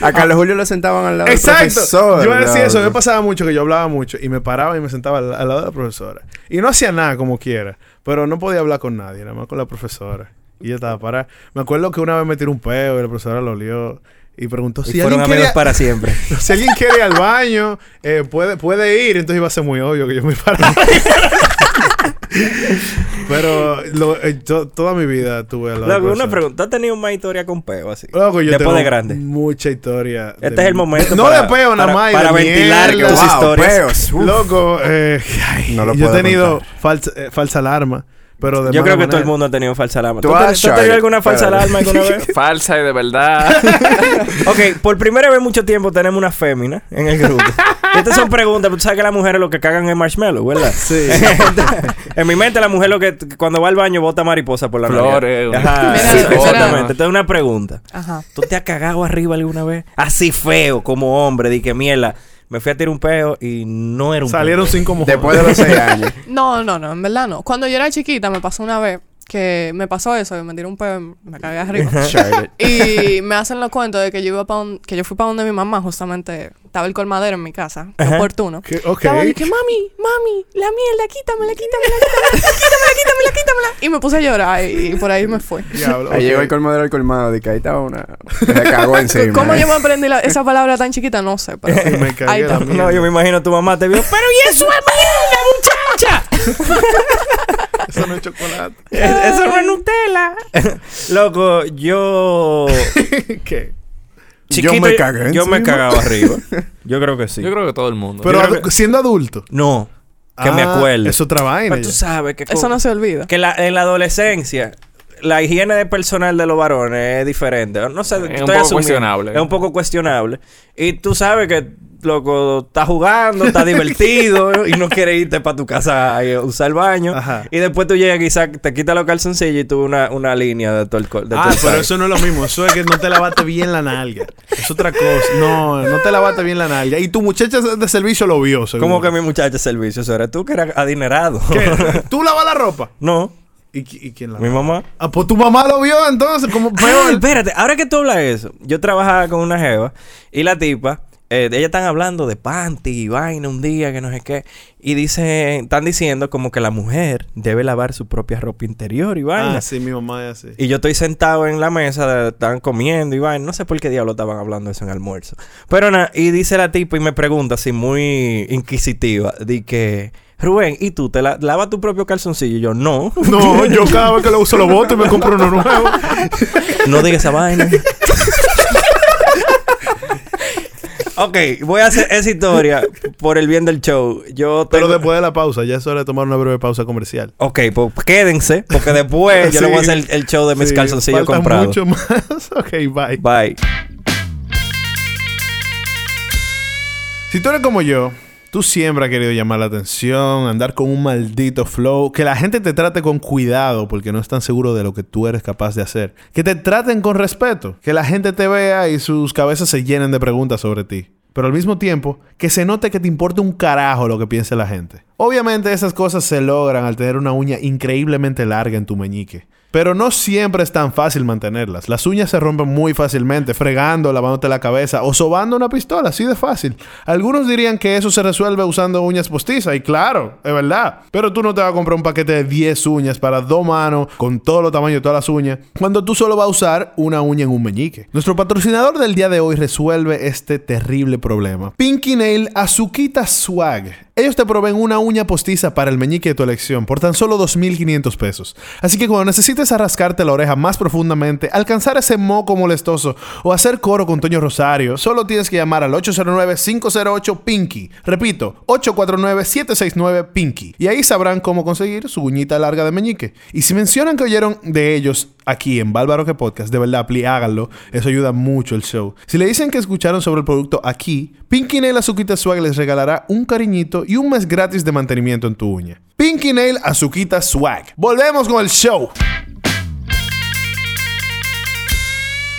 S3: A Carlos Julio lo sentaban al lado del
S1: Exacto.
S3: profesor.
S1: yo decía eso, me
S3: loco.
S1: pasaba mucho que yo hablaba mucho y me paraba y me sentaba al, al lado de la profesora. Y no hacía nada como quiera, pero no podía hablar con nadie, nada más con la profesora. Y yo estaba parada. Me acuerdo que una vez me tiró un peo y la profesora lo olió y preguntó si
S2: Y fueron
S1: alguien
S2: amigos
S1: quiere
S2: para siempre.
S1: si alguien quiere ir al baño, eh, puede, puede ir, entonces iba a ser muy obvio que yo me paraba. Pero lo- eh, yo toda mi vida tuve al lado de la
S2: Loco, una
S1: profesora.
S2: pregunta. ¿Has tenido más historia con peo así?
S1: Loco, yo
S2: Después
S1: tengo
S2: de grande.
S1: mucha historia. de
S2: Este es el
S1: mi-
S2: momento
S1: No
S2: para-
S1: de peo, nada
S2: para-
S1: más. y
S2: para
S1: de
S2: ventilar
S1: mierda. pues,
S2: tus
S3: Wow,
S2: historias.
S3: peos. Uf.
S1: Loco, eh, ay,
S3: No lo
S1: yo he
S3: puedo
S1: tenido
S3: contar.
S1: falsa, eh, falsa alarma, pero de
S2: Yo creo que
S1: mala
S2: todo el
S1: manera.
S2: mundo ha tenido falsa alarma. ¿Tú,
S3: Tú
S2: te-
S3: has,
S2: tú has tenido
S3: Charlie.
S2: alguna falsa
S3: Espérate.
S2: alarma alguna vez?
S6: Falsa y de verdad.
S2: ok, por primera vez en mucho tiempo tenemos una fémina en el grupo. Estas son preguntas, pero tú sabes que las mujeres lo que cagan es marshmallow, ¿verdad? Sí. en mi mente la mujer lo que cuando va al baño bota mariposa por la nariz.
S6: Flores, una-
S2: Ajá,
S5: Mira,
S2: sí,
S5: mira.
S2: exactamente. Entonces una pregunta.
S5: Ajá.
S2: ¿Tú te has cagado arriba alguna vez? Así feo, como hombre, di que mierda. Me fui a tirar un peo y no era un
S1: Salieron cinco mujeres.
S3: Después de los seis años.
S5: No, no, no, en verdad no. Cuando yo era chiquita me pasó una vez que me pasó eso, que me tiró un peo y me cagué arriba. y me hacen los cuentos de que yo iba pa un- que yo fui para donde mi mamá, justamente estaba el colmadero en mi casa, qué oportuno.
S1: Que- ok.
S5: Estaba de que mami, mami, la mierda, quítamela, quítamela, quítamela, quítamela, quítamela, quítamela. Y me puse a llorar y, y por ahí me fue.
S1: Diablo,
S3: Ahí
S1: ok.
S3: llegó el colmadero del colmado. De que ahí estaba una. Se cagó encima. eh.
S5: ¿Cómo yo me aprendí la- esa palabra tan chiquita? No sé, pero
S1: Y me cagué
S5: ahí
S1: la
S5: está.
S1: mierda.
S2: No, yo me imagino tu mamá te vio, pero ¿y eso es mierda, muchacha?
S1: Eso no es chocolate.
S2: Es- Eso no es Nutella. Ah, Loco, yo.
S1: ¿Qué?
S2: chiquito,
S3: Yo me cagué
S2: Yo me
S3: encima.
S2: cagaba arriba. Yo creo que sí.
S6: Yo creo que todo el mundo.
S1: Pero
S2: creo que-
S1: adu- siendo adulto.
S2: No, que me
S1: Ah,
S2: acuerde.
S1: Es otra vaina.
S2: Pero tú
S1: ya.
S2: sabes que.
S5: Eso no se olvida.
S2: Que la- en la adolescencia. la higiene de personal de los varones es diferente. No sé,
S6: un
S2: estoy
S6: poco
S2: asumiendo.
S6: cuestionable.
S2: Es un poco cuestionable. Y tú sabes que, loco, estás jugando, está divertido y no quieres irte para tu casa a usar el baño.
S1: Ajá.
S2: Y después tú llegas y sac- te quitas los calzoncillos y tú una, una línea de todo el col- de todo
S1: Ah,
S2: el
S1: pero
S2: side.
S1: eso no es lo mismo. Eso es que no te lavaste bien la nalga. Es otra cosa. No, no te lavaste bien la nalga. Y tu muchacha de servicio lo vio, seguro.
S2: Como que mi muchacha de servicio, eso era tú que eras adinerado.
S1: ¿Qué? ¿Tú lavas la ropa?
S2: no,
S1: ¿Y, qui- y quién la
S2: mi mamá.
S1: Ah, pues tu mamá lo vio entonces, como
S2: Ah,
S1: peor.
S2: espérate, ahora que tú hablas de eso, yo trabajaba con una jeva y la tipa, eh, ellas están hablando de panty y vaina un día que no sé qué, y dicen, están diciendo como que la mujer debe lavar su propia ropa interior y vaina.
S1: Ah, sí, mi mamá es así.
S2: Y yo estoy sentado en la mesa, de- están comiendo y vaina, no sé por qué diablo estaban hablando eso en el almuerzo. Pero nada, y dice la tipa y me pregunta así muy inquisitiva, di que, Rubén, ¿y tú te la- lavas tu propio calzoncillo? Y yo, no,
S1: No, yo cada vez que lo uso lo boto y me compro uno nuevo.
S2: No digas esa vaina. ok, voy a hacer esa historia por el bien del show. Yo
S1: Pero
S2: tengo-
S1: después de la pausa, ya es hora de tomar una breve pausa comercial.
S2: Ok, pues quédense, porque después yo le voy a hacer el, el show de mis
S1: Sí,
S2: calzoncillos
S1: falta
S2: comprados.
S1: mucho más. ok, bye.
S2: Bye.
S1: Si tú eres como yo, tú siempre has querido llamar la atención, andar con un maldito flow, que la gente te trate con cuidado porque no están seguros de lo que tú eres capaz de hacer. Que te traten con respeto, que la gente te vea y sus cabezas se llenen de preguntas sobre ti. Pero al mismo tiempo, que se note que te importa un carajo lo que piense la gente. Obviamente esas cosas se logran al tener una uña increíblemente larga en tu meñique. Pero no siempre es tan fácil mantenerlas. Las uñas se rompen muy fácilmente, fregando, lavándote la cabeza o sobando una pistola, así de fácil. Algunos dirían que eso se resuelve usando uñas postizas, y claro, es verdad. Pero tú no te vas a comprar un paquete de 10 uñas para dos manos, con todo los tamaños de todas las uñas, cuando tú solo vas a usar una uña en un meñique. Nuestro patrocinador del día de hoy resuelve este terrible problema. Pinky Nail Azukita Swag. Ellos te proveen una uña postiza para el meñique de tu elección por tan solo 2.500 pesos. Así que cuando necesites arrascarte la oreja más profundamente, alcanzar ese moco molestoso o hacer coro con Toño Rosario, solo tienes que llamar al 809-508-PINKY. Repito, 849-769-PINKY. Y ahí sabrán cómo conseguir su uñita larga de meñique. Y si mencionan que oyeron de ellos aquí en Bálvaro que Podcast, de verdad, pli, háganlo. Eso ayuda mucho el show. Si le dicen que escucharon sobre el producto aquí, Pinky Nail Azuquita Swag les regalará un cariñito y un mes gratis de mantenimiento en tu uña. Pinky Nail Azuquita Swag. Volvemos con el show.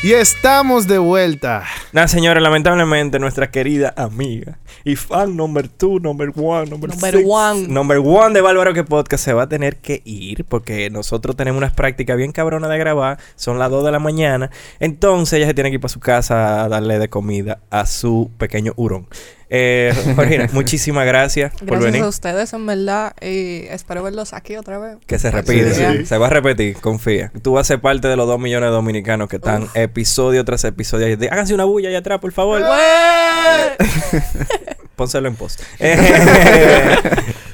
S1: Y estamos de vuelta.
S2: Nada, señores, lamentablemente nuestra querida amiga y fan number two, number one, number,
S5: Number
S2: six,
S5: one.
S2: number one de Bárbaro que Podcast se va a tener que ir porque nosotros tenemos unas prácticas bien cabronas de grabar. Son las 2 de la mañana. Entonces ella se tiene que ir para su casa a darle de comida a su pequeño hurón. Eh, Jorgina, muchísimas gracias, por
S5: Gracias
S2: venir.
S5: a ustedes, en verdad. Y espero verlos aquí otra vez.
S2: Que se
S5: Sí,
S2: repite.
S5: sí.
S2: Se va a repetir, confía. Ah, Tú vas a ser parte de los dos millones de dominicanos que están episodio tras episodio. De- Háganse una bulla allá atrás, por favor. ¡Eh! Pónselo en post. Eh,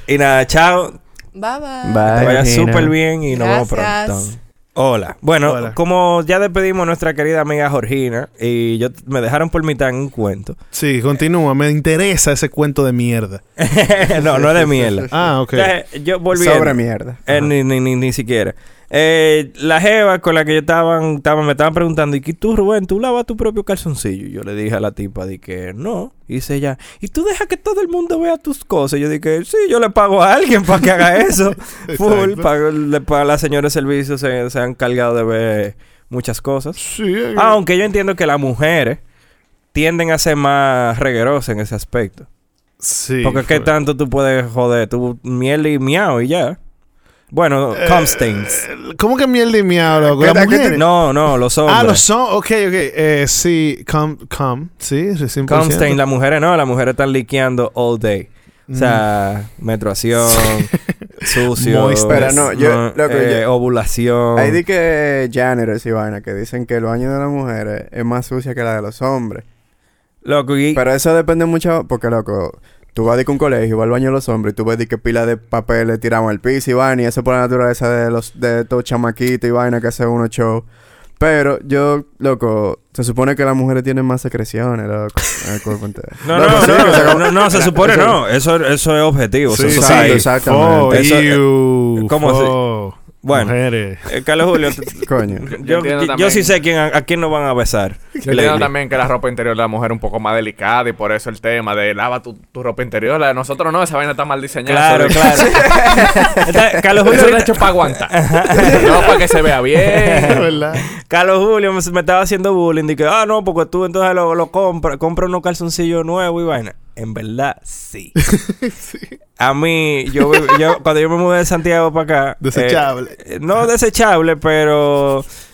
S2: y nada, chao.
S5: Bye bye.
S2: Que
S3: Bye,
S2: vaya
S3: Gina.
S2: súper bien y nos vemos
S5: Gracias.
S2: pronto. Hola. Bueno,
S1: Hola.
S2: como ya despedimos a nuestra querida amiga Georgina y yo me dejaron por mitad en un cuento.
S1: Sí, continúa. Me interesa ese cuento de mierda.
S2: no, no es de mierda.
S1: Ah, ok.
S2: Entonces, yo volví.
S3: Sobre mierda.
S2: Eh, ni, ni, ni, ni siquiera. Eh, la jeva con la que yo estaban, estaban- me estaban preguntando, ¿y qué tú, Rubén, tú lavas tu propio calzoncillo? Y Yo le dije a la tipa, di que no. Y Dice ella, ¿y tú dejas que todo el mundo vea tus cosas? Y Yo dije, sí, yo le pago a alguien para que haga eso. Full,
S1: Exacto.
S2: pago, le pago a la señora de servicio, se, se han encargado de ver muchas cosas.
S1: Sí. eh,
S2: Aunque yo entiendo que las mujeres tienden a ser más reguerosas en ese aspecto.
S1: sí.
S2: Porque qué
S1: fue.
S2: tanto tú puedes joder, tú miel y miau y ya. Bueno, Comstains.
S1: ¿Cómo que miel de miau, loco?
S3: Eh,
S1: ¿Las
S3: ¿Qué tal que te-
S1: mujeres?
S2: No, no, los hombres.
S1: Ah, los son. Ok, ok. Eh, sí, com, com. Sí, sí, 100%.
S2: Comstein, las mujeres no, las mujeres están liqueando all day. O sea, menstruación, sucio,
S1: Moist.
S3: Mm. Pero no, yo- loco,
S2: eh,
S3: yo-
S2: ovulación.
S3: Hay de que janitors y vaina que dicen que los años de las mujeres es más sucia que la de los hombres.
S2: Loco, y-
S3: Pero eso depende mucho, porque loco, tú vas de que un colegio, vas al baño de los hombres y tú ves de que pila de papeles tiramos al piso y vaina, y eso por la naturaleza de los de estos chamaquitos y vaina que hace uno show. Pero yo, loco, se supone que las mujeres tienen más secreciones, loco, en el cuerpo entero.
S2: no, no,
S3: Loco,
S2: no,
S3: sí,
S2: no,
S3: o sea,
S2: no, no, se supone
S3: o sea,
S2: no. Eso, eso es objetivo.
S1: Sí, sí,
S2: eso es
S3: Exacto,
S2: ahí.
S3: exactamente.
S1: Oh,
S2: Eso-
S1: ew,
S2: eh, ¿Cómo
S1: oh.
S2: Bueno,
S7: Mujeres.
S2: eh, Carlos Julio, t-
S3: Coño.
S2: yo,
S6: entiendo
S2: yo
S6: también-
S2: sí sé quién, a, a quién nos van a besar.
S6: Yo entiendo
S2: Lately.
S6: también que la ropa interior de la mujer es un poco más delicada y por eso el tema de lava tu, tu ropa interior. La de nosotros no, esa vaina está mal
S2: Claro,
S6: diseñada. Eso-
S2: claro. Está- Carlos Julio,
S6: Eso está
S2: ahorita-
S6: hecho para aguantar. no para que se vea bien.
S1: Es verdad.
S2: Carlos Julio me, me estaba haciendo bullying. Dije, ah, no, porque tú entonces lo, lo compras, compra unos calzoncillos nuevos y vaina. En verdad, sí. A mí, yo, vi- yo- cuando yo me mudé de Santiago para acá.
S1: Desechable.
S2: eh, no desechable, pero.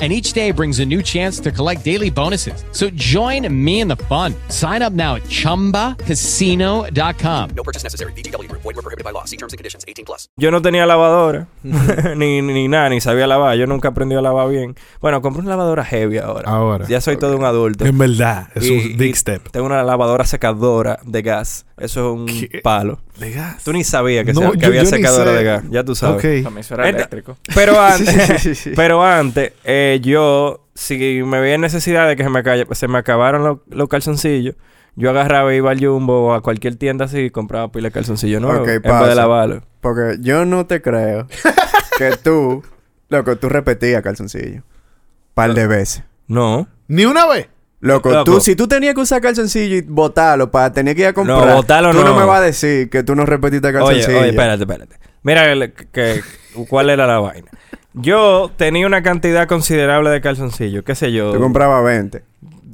S5: And each day brings a new chance to collect daily bonuses. So join me in the fun. Sign up now at chumbacasino.com.
S2: Yo no tenía lavadora, ni, ni nada, ni sabía lavar. Yo nunca aprendí a lavar bien. Bueno, compré una lavadora heavy ahora.
S7: Ahora.
S2: Ya soy todo un adulto.
S7: En verdad, es
S2: Y-
S7: un
S2: y
S7: dick step.
S2: Tengo una lavadora secadora de gas. Eso es un
S7: ¿Qué?
S2: palo.
S7: De gas.
S2: Tú ni sabías que,
S7: No,
S2: se- que
S7: yo-
S2: había
S7: yo ni
S2: secadora
S7: sé.
S2: de gas. Ya tú sabes.
S1: Ok.
S6: También eso era
S2: Ent-
S6: eléctrico.
S2: Pero antes, pero antes eh, yo, si me veía necesidad de que se me, acaya- se me acabaron los, los calzoncillos, yo agarraba y iba al Jumbo o a cualquier tienda así y compraba pila de calzoncillos nuevos
S3: Ok,
S2: en vez de
S3: pasa.
S2: lavarlos.
S3: Porque yo no te creo que tú, loco, tú repetías calzoncillo. Par de veces.
S2: No.
S1: Ni una vez.
S3: Loco,
S2: Loco.
S3: tú, si tú tenías que usar calzoncillo y botarlo para tener que ir a comprar.
S2: No, botarlo
S3: tú
S2: no.
S3: me vas a decir que tú no repetiste
S2: Oye,
S3: calzoncillo.
S2: oye, espérate, espérate. Mira el- que, cuál era la vaina. Yo tenía una cantidad considerable de calzoncillos, qué sé yo.
S3: Tú comprabas 20.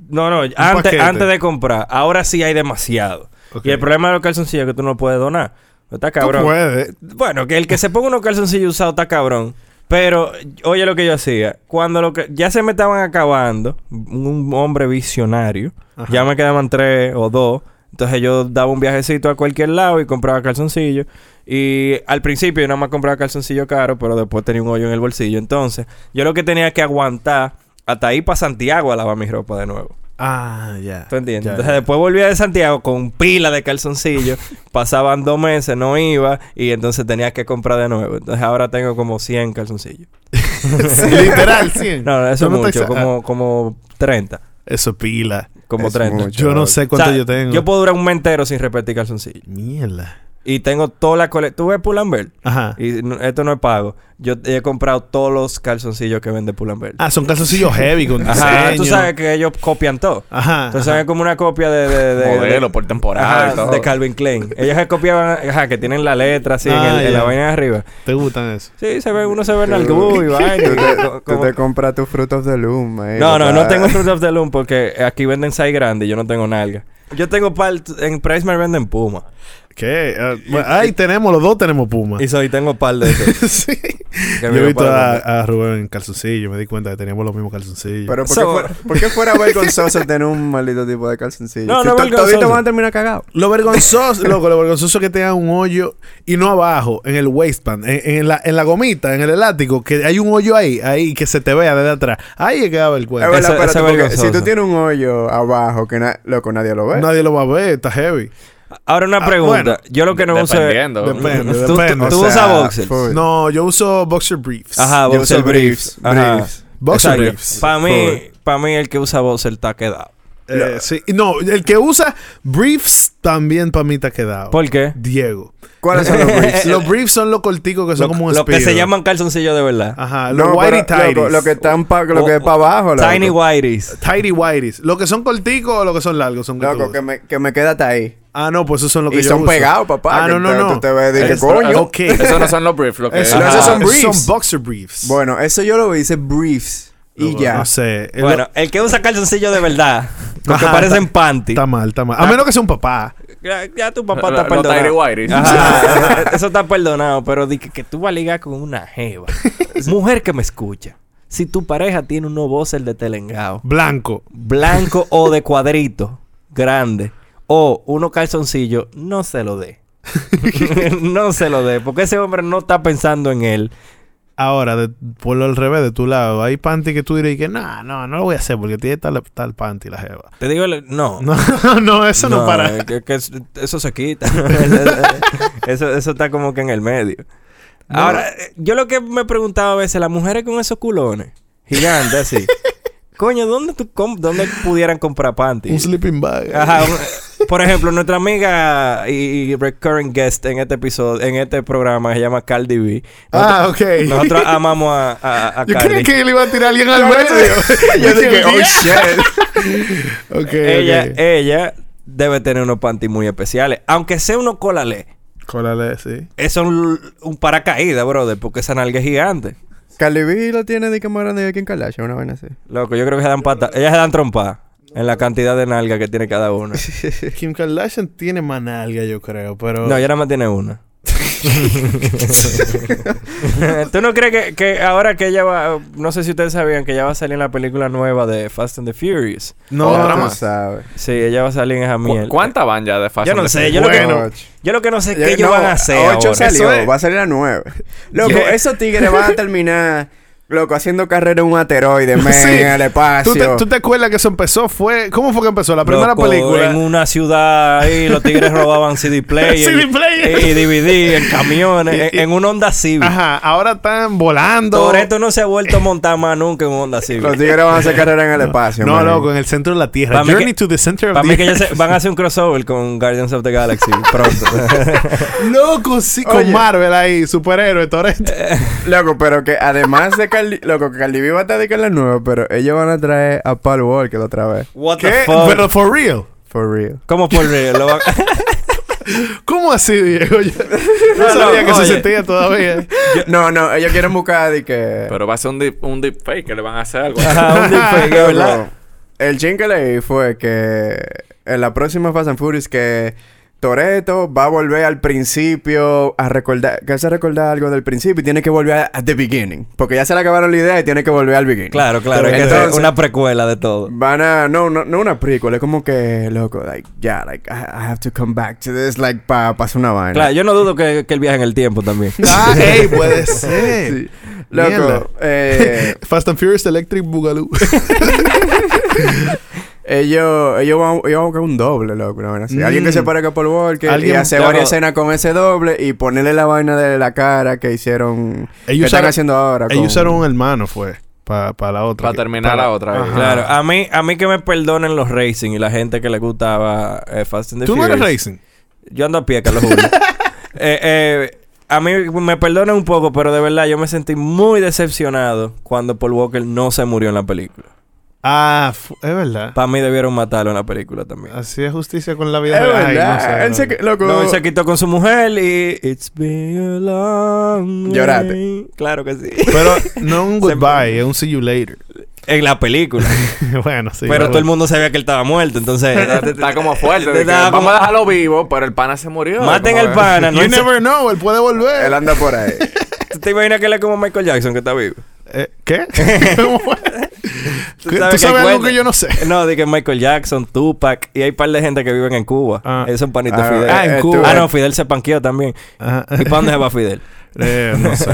S2: No, no, antes,
S1: paquete.
S2: antes de comprar. Ahora sí hay demasiado.
S1: Ok.
S2: Y el problema de los calzoncillos es que tú no puedes donar. Está cabrón.
S1: Tú puedes.
S2: Bueno, que el que se ponga unos calzoncillos usados está cabrón. Pero, oye lo que yo hacía. Cuando lo que ya se me estaban acabando, un hombre visionario, ya me quedaban tres o dos. Entonces yo daba un viajecito a cualquier lado y compraba calzoncillos. Y al principio yo nada más compraba calzoncillos caros, pero después tenía un hoyo en el bolsillo. Entonces, yo lo que tenía que aguantar hasta ir para Santiago a lavar mi ropa de nuevo.
S1: Ah, ya.
S2: ¿Tú entiendes?
S1: Ya,
S2: Entonces
S1: ya.
S2: después volvía de Santiago con pila de calzoncillos. pasaban dos meses, no iba. Y entonces tenía que comprar de nuevo. Entonces ahora tengo como 100 calzoncillos.
S1: Literal, 100.
S2: pues, No, no, eso
S1: Tú
S2: es
S1: no te
S2: mucho.
S1: exa-
S2: Como, como 30.
S1: Eso pila.
S2: Como
S3: Es
S2: 30.
S3: mucho.
S1: Yo no sé cuánto
S2: O sea,
S1: yo tengo.
S2: Yo puedo durar un mes entero sin repetir calzoncillos.
S1: Mierda.
S2: Y tengo toda la colección. ¿Tú ves Pull&Bear?
S1: Ajá.
S2: Y no- esto no es pago. Yo he comprado todos los calzoncillos que vende Pull&Bear.
S1: Ah, son calzoncillos heavy con diseño.
S2: Ajá. Tú sabes que ellos copian todo.
S1: Ajá.
S2: Entonces es como una copia de... de, de-
S6: Modelo
S2: de-
S6: por temporada
S2: Ajá,
S6: y todo.
S2: de Calvin Klein. Ellos se copiaban, ajá, que tienen la letra así en,
S1: Ah,
S2: el- en la
S1: ya.
S2: vaina de arriba.
S1: ¿Te gustan eso?
S2: Sí, se ve, uno se ve en
S3: Tú-
S2: el y vaina.
S3: Tú
S2: y
S3: te,
S2: co-
S3: tú
S2: como-
S3: te compras tus Fruit of the Loom. ahí,
S2: No, no, no
S3: botada.
S2: tengo Fruit of the Loom porque aquí venden size grande y yo no tengo nalga. Yo tengo pal en Pricemer venden Puma.
S1: ¿Qué? Ah, bueno, ahí tenemos, los dos tenemos Puma.
S2: Y soy tengo pal de eso.
S1: sí.
S2: Que
S1: Yo
S2: mi
S1: he
S2: papá
S1: visto
S2: lo
S1: a,
S2: vende.
S1: a Rubén en calzoncillo. Me di cuenta que teníamos los mismos calzoncillos.
S3: Pero ¿por,
S2: So-
S3: qué fuera, ¿por qué fuera vergonzoso tener un maldito tipo de calzoncillo?
S2: No, no es
S3: to-
S2: vergonzoso.
S3: Toditos van a terminar cagados.
S1: Lo vergonzoso, loco, lo vergonzoso es que tenga un hoyo y no abajo, en el waistband, en, en la, en la gomita, en el elástico, que hay un hoyo ahí, ahí, que se te vea desde atrás. Ahí es que va el
S3: Es
S1: cuerpo.
S2: Eso- eso es
S3: verdad, espérate, porque si
S2: vergonzoso.
S3: tú tienes un hoyo abajo que na- loco nadie lo ve.
S1: Nadie lo va a ver, está heavy.
S2: Ahora una
S1: Ah,
S2: pregunta.
S1: bueno.
S2: yo lo que no uso es...
S6: Dependiendo.
S1: Depende,
S2: Tú-
S1: depende. O
S2: tú- tú
S1: sea,
S2: usas boxers.
S3: full.
S1: No, yo uso boxer briefs.
S2: Ajá,
S3: Yo
S2: boxer
S3: uso
S2: briefs.
S3: briefs,
S2: Ajá.
S3: briefs.
S1: Boxer briefs.
S2: Para mí, para mí el que usa boxer está quedado.
S1: Eh, sí. Y No, el que usa briefs también para mí te ha quedado.
S2: ¿Por qué? Eh,
S1: Diego.
S3: ¿Cuáles son los briefs?
S1: los briefs son los corticos que son
S2: Lo,
S1: como un
S2: lo que se
S1: speedo.
S2: llaman calzoncillos de verdad.
S1: Ajá, los
S3: No,
S1: whitey
S3: pero,
S1: tighties.
S3: loco, lo que están pa- lo
S2: O-
S3: que es para abajo, loco.
S2: Tiny whiteys.
S1: Tighty whities. Lo que son corticos o lo que son largos son
S3: Loco,
S1: cortos.
S3: que me, que me queda hasta ahí.
S1: Ah, no, pues esos son los que
S3: Y
S1: yo
S3: son
S1: uso.
S3: pegados, papá.
S1: Ah,
S3: que
S1: no, no,
S3: te-
S1: no.
S3: tú te ves y dices,
S1: Eso-
S3: coño.
S1: Ok.
S6: Esos no son los briefs, lo que
S1: Eso-
S3: no,
S6: Ajá.
S3: esos son briefs.
S1: Son boxer briefs.
S3: Bueno, eso yo lo hice briefs. Y
S1: Loco,
S3: ya.
S1: No sé. Eh,
S2: Bueno,
S1: lo-
S2: el que usa calzoncillos de verdad, los que
S1: Ajá,
S2: parecen
S1: está-
S2: panty. Ah.
S1: Está mal, está mal. A menos que sea un papá.
S2: ya, ya tu papá
S6: Lo-
S2: está
S6: lo
S2: perdonado.
S6: Tidy Whitey.
S2: Ajá, eso está perdonado, pero di que, que tú vas a ligar con una jeva. Mujer que me escucha. Si tu pareja tiene un vocer de telengao,
S1: Blanco.
S2: blanco o de cuadrito, grande, o uno calzoncillo, no se lo dé. no se lo dé, porque ese hombre no está pensando en él.
S1: Ahora, de, ponlo al revés, de tu lado. Hay panty que tú dirás que, no, no, no lo voy a hacer porque tiene tal, tal panty la jeva.
S2: Te digo, el- no.
S1: No, no, eso no, para.
S2: eh, que- que es- eso se quita. Eso- eso, eso está como que en el medio. Ahora, eh, yo lo que me preguntaba a veces, las mujeres con esos culones gigantes así. Coño, ¿dónde, tú com- ¿dónde pudieran comprar panty?
S1: Un sleeping bag.
S2: Ajá, un- por ejemplo, nuestra amiga y, y recurrent guest en este episodio, en este programa, se llama Cardi B.
S1: Ah, ok.
S2: Nosotros amamos a, a, a
S1: Yo
S2: Cardi.
S1: creía que le iba a tirar a alguien al
S3: Yo
S1: medio. Yo dije,
S3: dije,
S1: "Oh,
S3: oh shit.
S1: shit". Ok,
S2: ella,
S1: ok.
S2: ella debe tener unos panty muy especiales, aunque sea uno colalé.
S1: Cólale, sí.
S2: Eso es un, un paracaídas, brother, porque esa nalga es gigante.
S3: Cardi B lo tiene de que más grande que en Kardashian, una vaina así.
S2: Loco, yo creo que se dan pata. Ellas se dan trompa en la cantidad de nalga que tiene cada una.
S1: Kim Kardashian tiene más nalga, yo creo, pero...
S2: No, ya nada más tiene una. ¿Tú no crees que, que ahora que ella va... No sé si ustedes sabían que ella va a salir en la película nueva de Fast and the Furious.
S1: no,
S6: Otra
S1: no.
S6: más.
S3: Tú sabes.
S2: Sí, ella va a salir en esa
S6: ¿Cu-
S2: mierda.
S6: ¿Cuántas van ya de Fast
S2: Yo
S6: and
S2: no
S6: the
S2: sé.
S6: Furious?
S2: Yo lo, que,
S3: Bueno.
S2: yo lo que no sé es qué
S3: Eh,
S2: ellos
S3: no,
S2: van a hacer
S3: Ocho
S2: ahora.
S3: salió,
S1: Eso es.
S3: va a salir a nueve. Loco,
S1: Yeah.
S3: esos tigres van a terminar, loco, haciendo carrera en un asteroide, men,
S1: Sí.
S3: en el
S1: ¿Tú te,
S3: espacio.
S1: tú te acuerdas que eso empezó? Fue... ¿Cómo fue que empezó? La primera
S2: Loco,
S1: película.
S2: En una ciudad ahí, los tigres robaban CD player.
S1: CD player.
S2: Y, y DVD en camiones.
S1: Y-
S2: en-
S1: y-
S2: en un Honda Civic.
S1: Ajá, ahora están volando.
S2: Toreto no se ha vuelto a montar más nunca en un Honda
S3: Los
S2: Civic.
S3: tigres van a hacer carrera en el espacio.
S1: No,
S3: men.
S1: loco, en el centro de la Tierra.
S2: Pa' mí
S1: Journey
S2: que-
S1: to the center of
S2: Para
S1: the
S2: mí que ellos se- van a hacer un crossover con Guardians of the Galaxy pronto.
S1: Loco, sí, con
S3: Oye.
S1: Marvel ahí, superhéroe, Toreto.
S2: Eh,
S3: Loco, pero que además de Cardi... Loco, que Cardi B va a estar de que en la nueve, pero ellos van a traer a Paul Walker otra vez.
S2: What
S1: ¿Qué?
S2: the fuck?
S1: Pero for real.
S3: For real.
S2: ¿Cómo por real? Lo van-
S1: ¿Cómo así, Diego? Yo no,
S2: No,
S1: sabía
S2: no,
S1: que se
S2: oye.
S1: sentía todavía.
S3: No, no, ellos quieren buscar de que...
S6: Pero va a ser un deep, un deep fake que le van a hacer algo.
S2: Ajá, un deepfake,
S3: Loco,
S2: ¿verdad?
S3: El chin que leí fue que en la próxima Fast and Furious que Toreto va a volver al principio a recordar, que él se recuerda algo del principio y tiene que volver a- at the beginning. Porque ya se le acabaron la idea y tiene que volver al beginning.
S2: Claro, claro. es que
S3: Entonces-
S2: es una precuela de todo.
S3: Van a, no, no, no una prequel, es como que, loco, like, yeah, like, I, I have to come back to this, like, pa, pa hacer una vaina.
S2: Claro, yo no dudo que, que él viaje en el tiempo también.
S1: Ah, ey, puede ser.
S3: Sí. Loco,
S1: Mierda.
S3: eh,
S1: Fast and Furious Electric Boogaloo.
S3: Ellos, ellos van, ellos van a buscar un doble, loco, una vaina así. Alguien que se parezca a Paul Walker
S1: Alguien-
S3: y hacer
S2: claro.
S3: varias escenas con ese doble y ponerle la vaina de la cara que hicieron. que
S1: Ellos
S3: están
S1: usaron-
S3: haciendo ahora.
S1: Ellos
S3: con-
S1: usaron un hermano, fue. Para la otra.
S6: Para terminar la otra vez.
S1: Ajá.
S2: Claro, a mí, a mí que me perdonen los racing y la gente que le gustaba eh, Fast and the
S1: Tú no
S2: Furious.
S1: eres racing.
S2: Yo ando a pie, que lo juro. Eh, eh, a mí me perdonen un poco, pero de verdad yo me sentí muy decepcionado cuando Paul Walker no se murió en la película.
S1: Ah, fu- es verdad.
S2: Para mí debieron matarlo en la película también.
S1: Así es justicia con la vida
S3: Es
S1: real. Ay,
S3: verdad.
S1: no sé,
S3: él se
S1: no.
S3: que- loco.
S2: No, él se quitó con su mujer y... It's been a long way.
S3: Lloraste.
S2: Claro que sí.
S1: Pero no un goodbye, es un see you later.
S2: en la película.
S1: bueno, sí.
S2: pero
S1: bueno.
S2: todo el mundo sabía que él estaba muerto, entonces... eh,
S6: Está como fuerte. de que
S2: Estaba
S6: Vamos
S2: como-
S6: a dejarlo vivo, pero el pana se murió.
S2: Maten
S6: Como
S2: al
S6: que-
S2: pana. No
S1: You never know, él puede volver.
S3: Él anda por ahí.
S2: ¿Tú te imaginas que él es como Michael Jackson que está vivo?
S1: Eh, ¿Qué? ¿Cómo fue? ¿Tú sabes,
S2: sabes que
S1: algo
S2: cuenta.
S1: que yo no sé?
S2: No, de que Michael Jackson, Tupac y hay un par de gente que viven en Cuba.
S1: Ah.
S2: Esos son panitos
S3: Ah,
S2: Fidel.
S3: ah, en Cuba.
S2: Ah, no, Fidel se panqueó también.
S1: Ajá.
S2: ¿Y para dónde se va Fidel?
S1: Eh, no sé.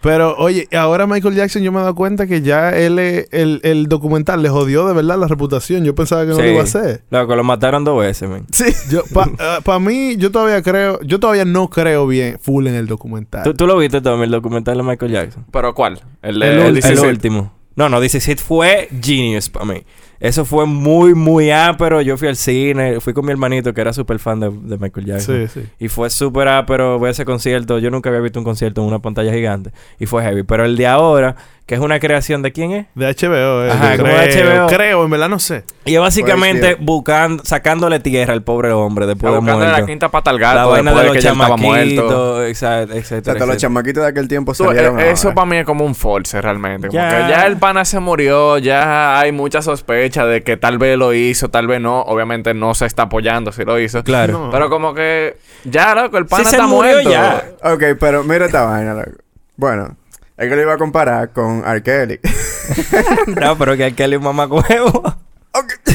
S1: Pero oye, ahora Michael Jackson yo me he dado cuenta que ya él eh, el, el documental le jodió de verdad la reputación. Yo pensaba que no lo iba a hacer.
S2: Loco, lo mataron dos veces, man.
S1: Sí. Para eh, mí, yo todavía creo, yo todavía no creo bien full en el documental.
S2: ¿Tú, tú lo viste, Tommy, el documental de Michael Jackson?
S6: ¿Pero cuál?
S2: el,
S6: El de
S2: ul-
S6: el
S2: el
S6: 16.
S2: último. No, no, 16 fue genius para mí. Eso fue muy, muy ápero. Yo fui al cine, fui con mi hermanito que era súper fan de, de Michael Jackson.
S1: sí, sí.
S2: Y fue súper ápero ver ese concierto. Yo nunca había visto un concierto en una pantalla gigante. Y fue heavy. Pero el de ahora, que es una creación de quién es?
S1: De HBO, eh.
S2: Ajá,
S1: yo
S2: como de
S1: creo,
S2: HBO.
S1: creo, en verdad no sé.
S2: Y es básicamente
S3: Pues,
S2: buscando, sacándole tierra al pobre hombre después de
S6: Buscando la
S2: muerto.
S6: quinta pata al
S2: la
S6: gato.
S2: vaina
S6: después
S2: de
S6: de
S2: los
S6: que ya estaba muerto.
S2: chamaquitos, exact-
S3: O sea,
S2: etcétera,
S3: hasta los
S2: etcétera.
S3: chamaquitos de aquel tiempo
S6: Tú,
S3: salieron
S6: eh, eso
S3: ahora.
S6: para mí es como un force realmente. Como
S2: Ya.
S6: que ya el pana se murió, ya hay mucha sospecha de que tal vez lo hizo, tal vez no. Obviamente no se está apoyando si lo hizo.
S2: Claro.
S1: No.
S6: Pero como que ya, loco, el pana
S2: se
S6: está
S2: murió,
S6: muerto.
S2: ya.
S3: Ok, pero mira esta vaina, loco. Bueno, es que lo iba a comparar con R. Kelly.
S2: No, pero que aquel es mamá huevo.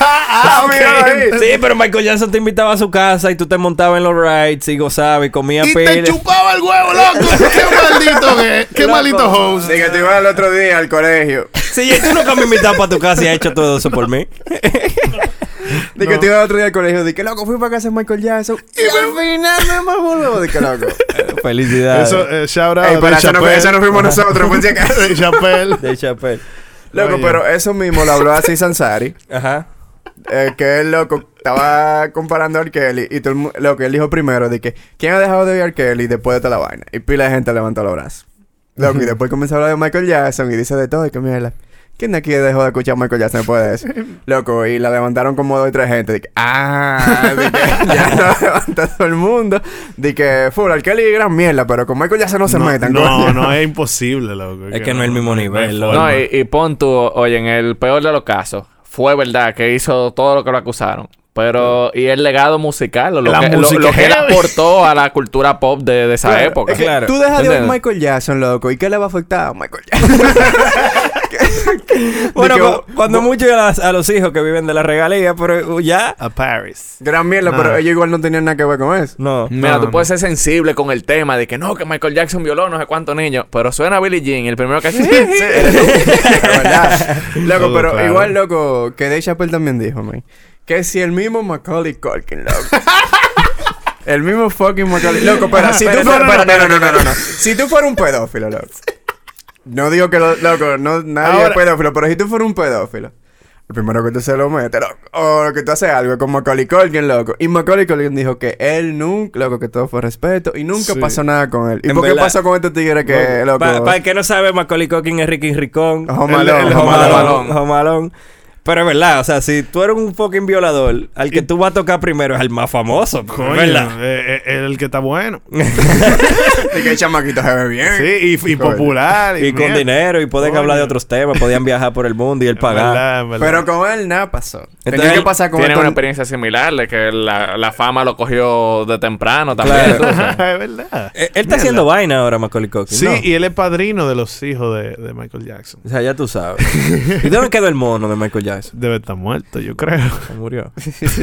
S3: ¡Ah, mira ahí!
S2: Sí, pero Michael Jackson te invitaba a su casa y tú te montabas en los rides y gozabas y comías
S1: Y
S2: pila.
S1: te chupaba el huevo, loco. Qué maldito que. Qué maldito host.
S3: Sí, que te iba el otro día al colegio.
S2: Sí, y tú nunca me invitabas para tu casa y has hecho todo eso por mí.
S3: De que te iba el otro día al colegio. De que loco, fui para casa de Michael Jackson. Y al final me mamó el huevo. De que loco.
S2: Felicidades.
S1: Eso, eh, shout out.
S3: Ey,
S1: a Dave
S3: para eso no, fue-
S1: Chappelle.
S3: eso no fuimos nosotros, por si acaso.
S1: Dave Chappelle.
S2: De Chappelle.
S3: Loco,
S1: Oye.
S3: pero eso mismo lo habló así Sansari.
S2: Ajá.
S3: eh, que el loco estaba comparando a R. Kelly. Y todo el mu- loco, él dijo primero de que... ¿Quién ha dejado de ver a R. Kelly después de toda la vaina? Y pila de gente levantó los brazos. Loco, y después comenzó a hablar de Michael Jackson. Y dice de todo. Y que mierda. ¿Quién de aquí dejó de escuchar a Michael Jackson después de eso? Loco, y la levantaron como dos y tres gente. De que, ah, de que ya lo levanta todo el mundo. De que, full, R. Kelly gran mierda, pero con Michael Jackson no se metan.
S1: No,
S3: coño".
S1: no, es imposible, loco.
S2: Es que no es el mismo nivel, loco.
S6: No, y, y pon tú, oye, en el peor de los casos, fue verdad que hizo todo lo que lo acusaron. Pero, y el legado musical, o lo,
S1: La
S6: que, lo-
S1: música
S6: lo que él
S1: heavy.
S6: aportó a la cultura pop de, de esa época.
S3: Es que Tú dejas de ver
S6: ¿Entiendes?
S3: Michael Jackson, loco. ¿Y qué le va a afectar a Michael Jackson?
S2: Bueno,
S3: de que-
S2: cu- cuando mucho a, las- a los hijos que viven de la regalía, pero uh, ya.
S1: A Paris.
S3: Gran mierda, pero ellos igual no tenían nada que ver con eso.
S2: No.
S6: Mira, tú puedes ser sensible con el tema de que no, que Michael Jackson violó no sé cuántos niños, pero suena Billie Jean y el primero que hace.
S3: La verdad. Loco,
S1: Todo
S3: pero
S1: claro.
S3: igual, loco, que Dave Chappelle también dijo, man. Que si el mismo Macaulay Culkin, loco. El mismo fucking Macaulay. Loco, pero si tú fueras.
S1: no,
S3: pero no, no, no, no. Si tú fueras un pedófilo, loco. No digo que, lo- loco, no, nadie
S1: Ahora-
S3: es pedófilo, pero si tú fueras un pedófilo. El primero que tú se lo metes, loco. O que tú haces algo con Macaulay Culkin, loco. Y Macaulay Culkin dijo que él nunca, loco, que todo fue respeto. Y nunca
S1: Sí.
S3: pasó nada con él. ¿Y
S2: En
S3: por qué
S2: verdad-
S3: pasó con este tigre que, loco?
S2: Para el que no sabe, Macaulay Culkin es Ricky Ricón.
S3: Home
S2: El-
S3: Alone,
S2: el
S3: Home
S2: Home
S6: Alone.
S2: Alone, Home Alone. Pero es verdad, o sea, si tú eres un fucking violador, al que tú vas a tocar primero es al más famoso,
S1: Coño,
S2: ¿verdad?
S1: eh, eh, el que está bueno.
S3: Y que el chamaquito se ve bien.
S1: Sí, y, y
S3: Eh. Coño.
S1: popular.
S2: Y con
S1: mierda.
S2: dinero, y pueden
S1: Coño.
S2: hablar de otros temas, podían viajar por el mundo y él pagar.
S1: Verdad, verdad.
S3: Pero con él nada pasó.
S2: Entonces,
S3: Tenía que pasar con
S6: Tiene
S3: esto-
S6: una experiencia similar de que la, la fama lo cogió de temprano
S2: Claro.
S6: también. tú sabes.
S1: es verdad.
S2: Eh, Él está haciendo vaina ahora, Macaulay Culkin.
S1: Sí,
S2: ¿no?
S1: y él es padrino de los hijos de, de Michael Jackson.
S2: O sea, ya tú sabes. ¿Y dónde quedó el mono de Michael Jackson?
S1: Debe estar muerto, yo creo.
S2: Se murió.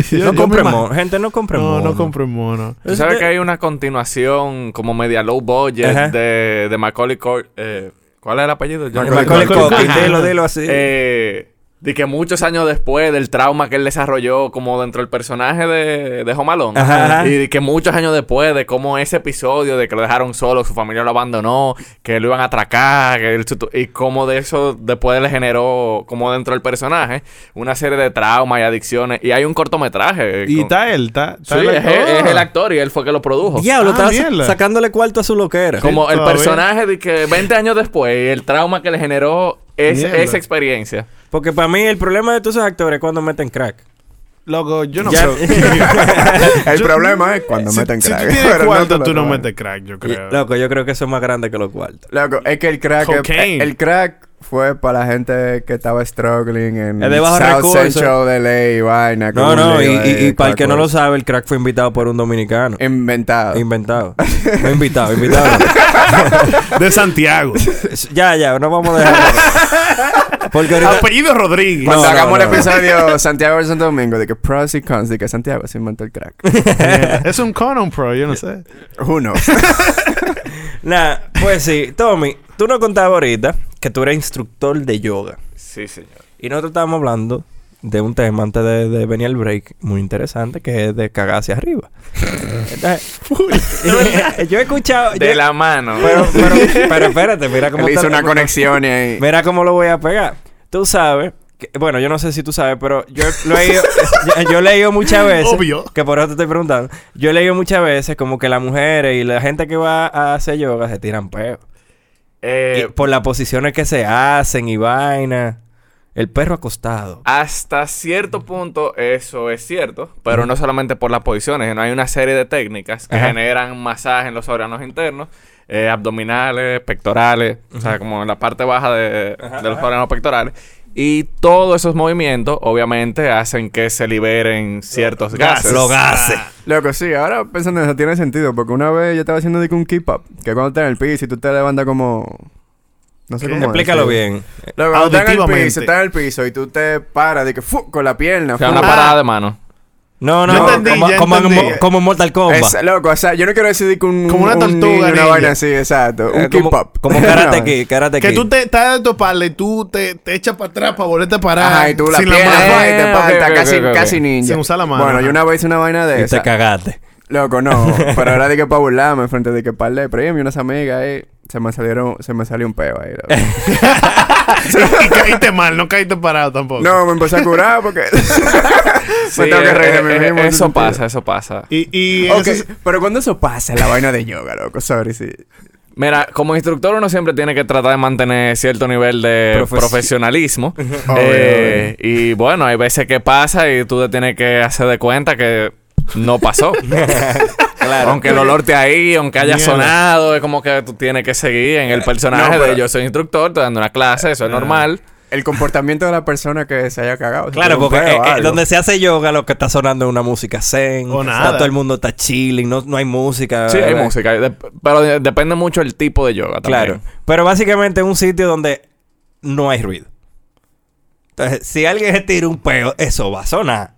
S1: Yo- yo
S2: no
S1: me
S2: compre
S1: imag-
S2: mono. Gente, no compre
S1: No,
S2: mono.
S1: no compré mono.
S6: Tú sabes que hay una continuación como media low
S2: Ajá.
S6: budget de, de Macaulay Cor- eh, ¿Cuál es el apellido? Yo no me
S2: Eh, Macaulay
S6: acuerdo.
S2: Culkin,
S6: Ajá.
S2: dilo, dilo así.
S6: Eh, de que muchos años después del trauma que él desarrolló como dentro del personaje de, de Home Alone.
S2: Ajá, ajá.
S6: Y de que muchos años después de cómo ese episodio de que lo dejaron solo, su familia lo abandonó, que lo iban a atracar, que él su- y cómo de eso después le generó como dentro del personaje una serie de traumas y adicciones. Y hay un cortometraje. eh,
S1: Y
S6: con-
S1: está él, está.
S6: Sí, es, es el actor y él fue que lo produjo.
S2: Diablo,
S1: Ah,
S2: estaba sa-
S1: mierda.
S2: sacándole cuarto a su loquera.
S6: Como el
S1: todavía.
S6: personaje de que 20 años después y el trauma que le generó es-
S1: Mierda.
S6: esa experiencia.
S2: Porque para mí el problema de todos esos actores es cuando meten crack.
S1: Loco, yo no
S2: Ya-
S3: El problema es cuando
S1: si,
S3: meten
S1: si
S3: crack.
S1: tú tienes
S3: Pero no
S1: cuarto,
S3: te lo
S1: tú no
S3: tomas.
S1: metes crack, yo
S2: Y-
S1: creo.
S2: Loco, yo creo que eso es más grande que los cuartos.
S3: Loco, es que el crack.
S1: Cocaine.
S3: El, el crack fue para la gente que estaba struggling en
S2: Es de bajo
S3: South
S2: recurso.
S3: Central de ley, vaina.
S2: No,
S3: con
S2: no,
S3: un
S2: y,
S3: lío
S2: y-
S3: de
S2: y para el que no lo
S3: crack,
S2: sabe, el crack fue invitado por un
S1: Eh.
S2: dominicano.
S3: Inventado.
S2: Inventado. No invitado, invitado.
S1: De Santiago.
S2: ya, ya, no vamos a dejar. Porque ahorita...
S1: Apellido Rodríguez.
S2: No,
S3: Cuando
S2: no,
S3: hagamos el
S2: no.
S3: episodio Santiago de Santo Domingo, de que pros y cons, de que Santiago se inventó el crack.
S1: Mierda. es un Conan Pro, yo no sé.
S3: Who knows?
S2: Nah, pues sí. Tommy, tú nos contabas ahorita que tú eres instructor de yoga.
S6: Sí, señor.
S2: Y nosotros estábamos hablando de un tema antes de, de venir al break muy interesante que es de cagar hacia arriba. Entonces, yo he escuchado... yo
S6: De
S2: he-
S6: la mano.
S2: Pero, pero, pero espérate, mira cómo...
S3: Él hizo
S2: te-
S3: una conexión y ahí.
S2: Mira cómo lo voy a pegar. Tú sabes... que- bueno, yo no sé si tú sabes, pero yo he- lo he leído, yo, yo he leído muchas veces...
S1: Obvio.
S2: Que por eso te estoy preguntando. Yo he leído muchas veces como que las mujeres y la gente que va a hacer yoga se tiran peos. Y
S6: Eh,
S2: por las posiciones que se hacen y vaina. El perro acostado.
S1: Ah,
S6: hasta cierto punto eso es cierto, pero no solamente por las posiciones, sino hay una serie de técnicas que
S2: Ajá.
S6: generan masaje en los órganos internos, eh, abdominales, pectorales, o sea, como en la parte baja de, de los órganos pectorales. Y todos esos movimientos, obviamente, hacen que se liberen ciertos gases.
S2: Lo gases.
S3: Loco, sí, ahora pensando en eso tiene sentido, porque una vez yo estaba haciendo de que un keep up, que cuando estás en el piso y tú te levantas como. No sé cómo.
S2: Eh, Explícalo
S3: decirlo.
S2: bien.
S3: Loco, cuando estás en el
S1: Auditivamente.
S3: piso, estás en el piso y tú te paras de que ¡fu! con la pierna.
S6: O sea,
S3: ¡fu! Ah,
S6: una parada de mano.
S2: No, no,
S1: Yo entendí,
S2: como,
S1: ya
S2: como en
S1: entendí.
S2: Mo- como en Mortal Kombat.
S3: Es- loco, o sea, yo no quiero decir de que un.
S1: Como una
S3: un
S1: tortuga
S3: ninja, Una
S1: ninja.
S3: vaina así, exacto. Un
S2: Eh,
S3: keep
S2: como,
S3: up.
S2: como
S3: No,
S2: karate kid, karate
S1: Que
S2: kid.
S1: tú te estás de toparle y tú te, te echas para atrás para volverte a parar.
S3: Ajá, y tú la
S1: sin
S3: pierna,
S1: mano.
S3: pa, y te
S6: Eh,
S3: pa-
S6: ok,
S3: está
S6: ok,
S3: casi,
S6: ok, ok.
S3: casi ninja.
S1: Sin usar la mano,
S3: Bueno, yo
S1: ajá.
S3: una vez hice una vaina de
S2: Y te
S3: esa.
S2: cagaste.
S3: Loco, no. Pero ahora de que para burlarme frente de que par de premio, unas amigas, eh, se me salieron, se me salió un peo ahí. loco.
S1: y caíste mal, no caíste parado tampoco.
S3: No, me empecé a curar porque.
S6: Sí,
S3: me tengo que
S6: eh,
S3: reír de
S6: eh,
S3: mí
S6: eh,
S3: mismo. en ese
S6: Eso
S3: sentido.
S6: pasa, eso pasa.
S1: Y, y
S3: Ok,
S1: eso-
S3: pero cuando eso pasa, la vaina de yoga, loco. Sorry, sí.
S6: Mira, como instructor uno siempre tiene que tratar de mantener cierto nivel de
S2: Profes-
S6: profesionalismo. Eh, y bueno, hay veces que pasa y tú te tienes que hacer de cuenta que no pasó. claro. Aunque el olor te ahí, aunque haya
S1: Mierda.
S6: sonado, es como que tú tienes que seguir en el
S3: Eh.
S6: personaje de yo soy instructor, estoy dando una clase, eso es normal.
S3: Ah. El comportamiento de la persona que se haya cagado. si
S2: Claro,
S3: tiene un
S2: porque
S3: peo o
S2: eh, eh,
S3: algo.
S2: donde se hace yoga lo que está sonando es una música zen.
S1: O
S2: está
S1: nada.
S2: todo el mundo está chilling, no, no hay música.
S6: Sí, hay
S2: ¿verdad?
S6: música, de- pero de- depende mucho el tipo de yoga también.
S2: Claro. Pero básicamente es un sitio donde no hay ruido. Entonces, si alguien se tira un peo, eso va a sonar.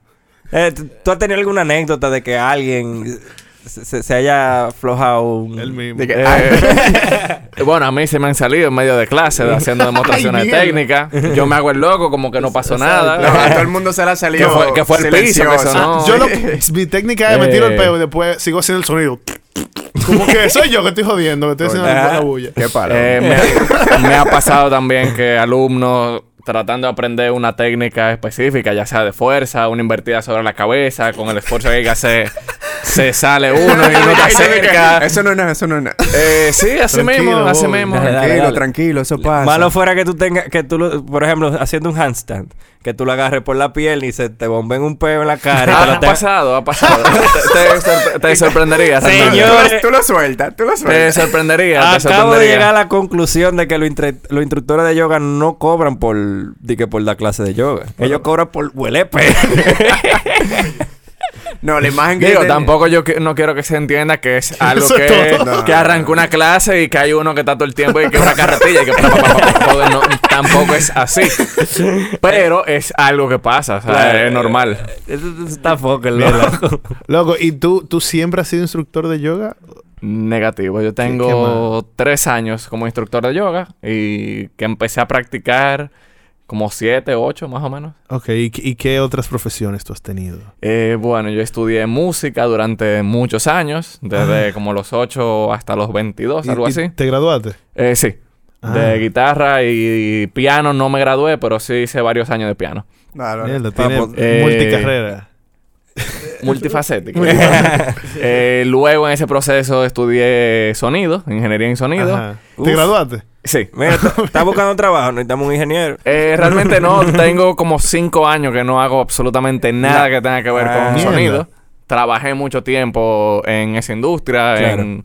S2: Eh, ¿tú- ¿Tú has tenido alguna anécdota de que alguien se, se- se haya aflojado un...
S1: el mismo.
S3: De que- ah,
S6: Eh, bueno, a mí se me han salido en medio de clase de- haciendo demostraciones
S1: mierda.
S6: técnicas. Yo me hago el loco, como que no pasó nada.
S3: No, a todo el mundo se la ha salido.
S6: Que fue- que fue el piso que
S3: silencioso.
S6: sonó.
S1: Yo lo, mi técnica es me
S2: Eh.
S1: tiro el peo y después sigo haciendo el sonido. Como que soy yo que estoy jodiendo, que estoy haciendo
S2: Ajá.
S1: la bulla.
S3: Qué palo.
S6: Eh, me, me ha pasado también que alumnos tratando de aprender una técnica específica, ya sea de fuerza, una invertida sobre la cabeza, con el esfuerzo que hay que hacer, se sale uno y uno te acerca.
S3: Eso no es nada, eso no es nada.
S6: Eh, sí, así
S1: Tranquilo,
S6: mismo, así
S1: Bobby.
S6: mismo.
S2: Dale, dale,
S3: Tranquilo,
S2: dale.
S3: tranquilo, eso pasa.
S2: Malo fuera que tú tengas, que tú, lo- por ejemplo, haciendo un handstand, que tú lo agarres por la piel y se te bomben un peo en la cara. y te
S6: Ah,
S2: lo
S6: ha
S2: te-
S6: pasado, ha pasado. te, te sorpre- te sorprendería.
S3: Tú- tú
S2: Señor.
S6: Señor.
S3: lo- Tú lo sueltas, tú lo
S6: Te
S3: sueltas.
S6: sorprendería. te
S2: Acabo de
S6: sorprendería.
S2: llegar a la conclusión de que los, intre- los instructores de yoga no cobran por, di que por la clase de yoga. Ellos cobran por huelepe.
S3: No, la imagen que
S6: Digo,
S3: yo tenía-
S6: tampoco yo qui- no quiero que se entienda que es algo
S1: Eso es
S6: que,
S1: todo.
S6: que arrancó una clase y que hay uno que está todo el tiempo y que una carretilla y que pa, pa, pa, pa, pa, pa, no, tampoco es así. Pero es algo que pasa, o sea, es normal.
S2: Eso eso está foco, loco.
S1: Loco, ¿y tú, tú siempre has sido instructor de yoga?
S6: Negativo. Yo tengo tres años como instructor de yoga y que empecé a practicar como siete, ocho más o menos.
S1: Ok, ¿y, qué- y qué otras profesiones tú has tenido?
S6: Eh, bueno, yo estudié música durante muchos años, desde como los 8 hasta los 22,
S2: Pues
S1: ¿Y-
S6: algo
S1: y
S6: así.
S1: ¿Te graduaste?
S6: Eh, sí.
S1: Ah.
S6: De guitarra y, piano no me gradué, pero sí hice varios años de piano.
S3: No, no, no.
S1: Mierda, tiene
S2: pues,
S6: eh,
S1: multicarrera.
S6: Multifacético. Eh, luego en ese proceso estudié sonido, ingeniería en sonido.
S1: Ajá.
S2: Uf.
S1: ¿Te graduaste?
S6: Sí.
S2: Mira, está está buscando trabajo, necesitamos un ingeniero.
S6: Eh, realmente no, tengo como cinco años que no hago absolutamente nada que tenga que ver
S2: Ah,
S6: con
S1: mierda.
S6: sonido. Trabajé mucho tiempo en esa industria,
S2: Claro.
S6: en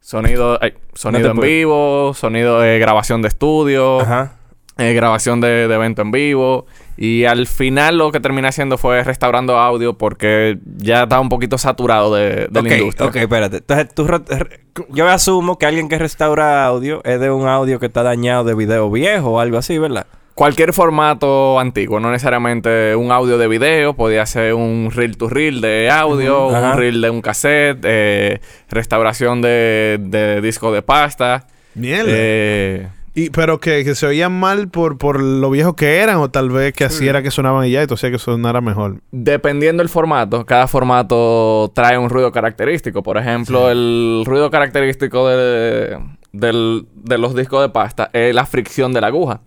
S6: sonido, ay, sonido en
S2: puedes-
S6: vivo, sonido de grabación de estudio.
S2: Ajá.
S6: eh, grabación de, de evento en vivo. Y al final lo que terminé haciendo fue restaurando audio porque ya estaba un poquito saturado de, de
S2: Oh, ok,
S6: la industria.
S2: ok, espérate. Entonces, tú re- re- yo asumo que alguien que restaura audio es de un audio que está dañado de video viejo o algo así, ¿verdad?
S6: Cualquier formato antiguo, no necesariamente un audio de video, podía ser un reel to reel de audio,
S2: Ujú, ajá.
S6: un reel de un cassette, eh, restauración de, de disco de pasta.
S1: Mierda.
S6: eh,
S1: y, pero que, que se oían mal por, por lo viejos que eran, o tal vez que así era que sonaban y ya, entonces hacía que sonara mejor.
S6: Dependiendo del formato, cada formato trae un ruido característico. Por ejemplo, el ruido característico de, del- de los discos de pasta es la fricción de la aguja.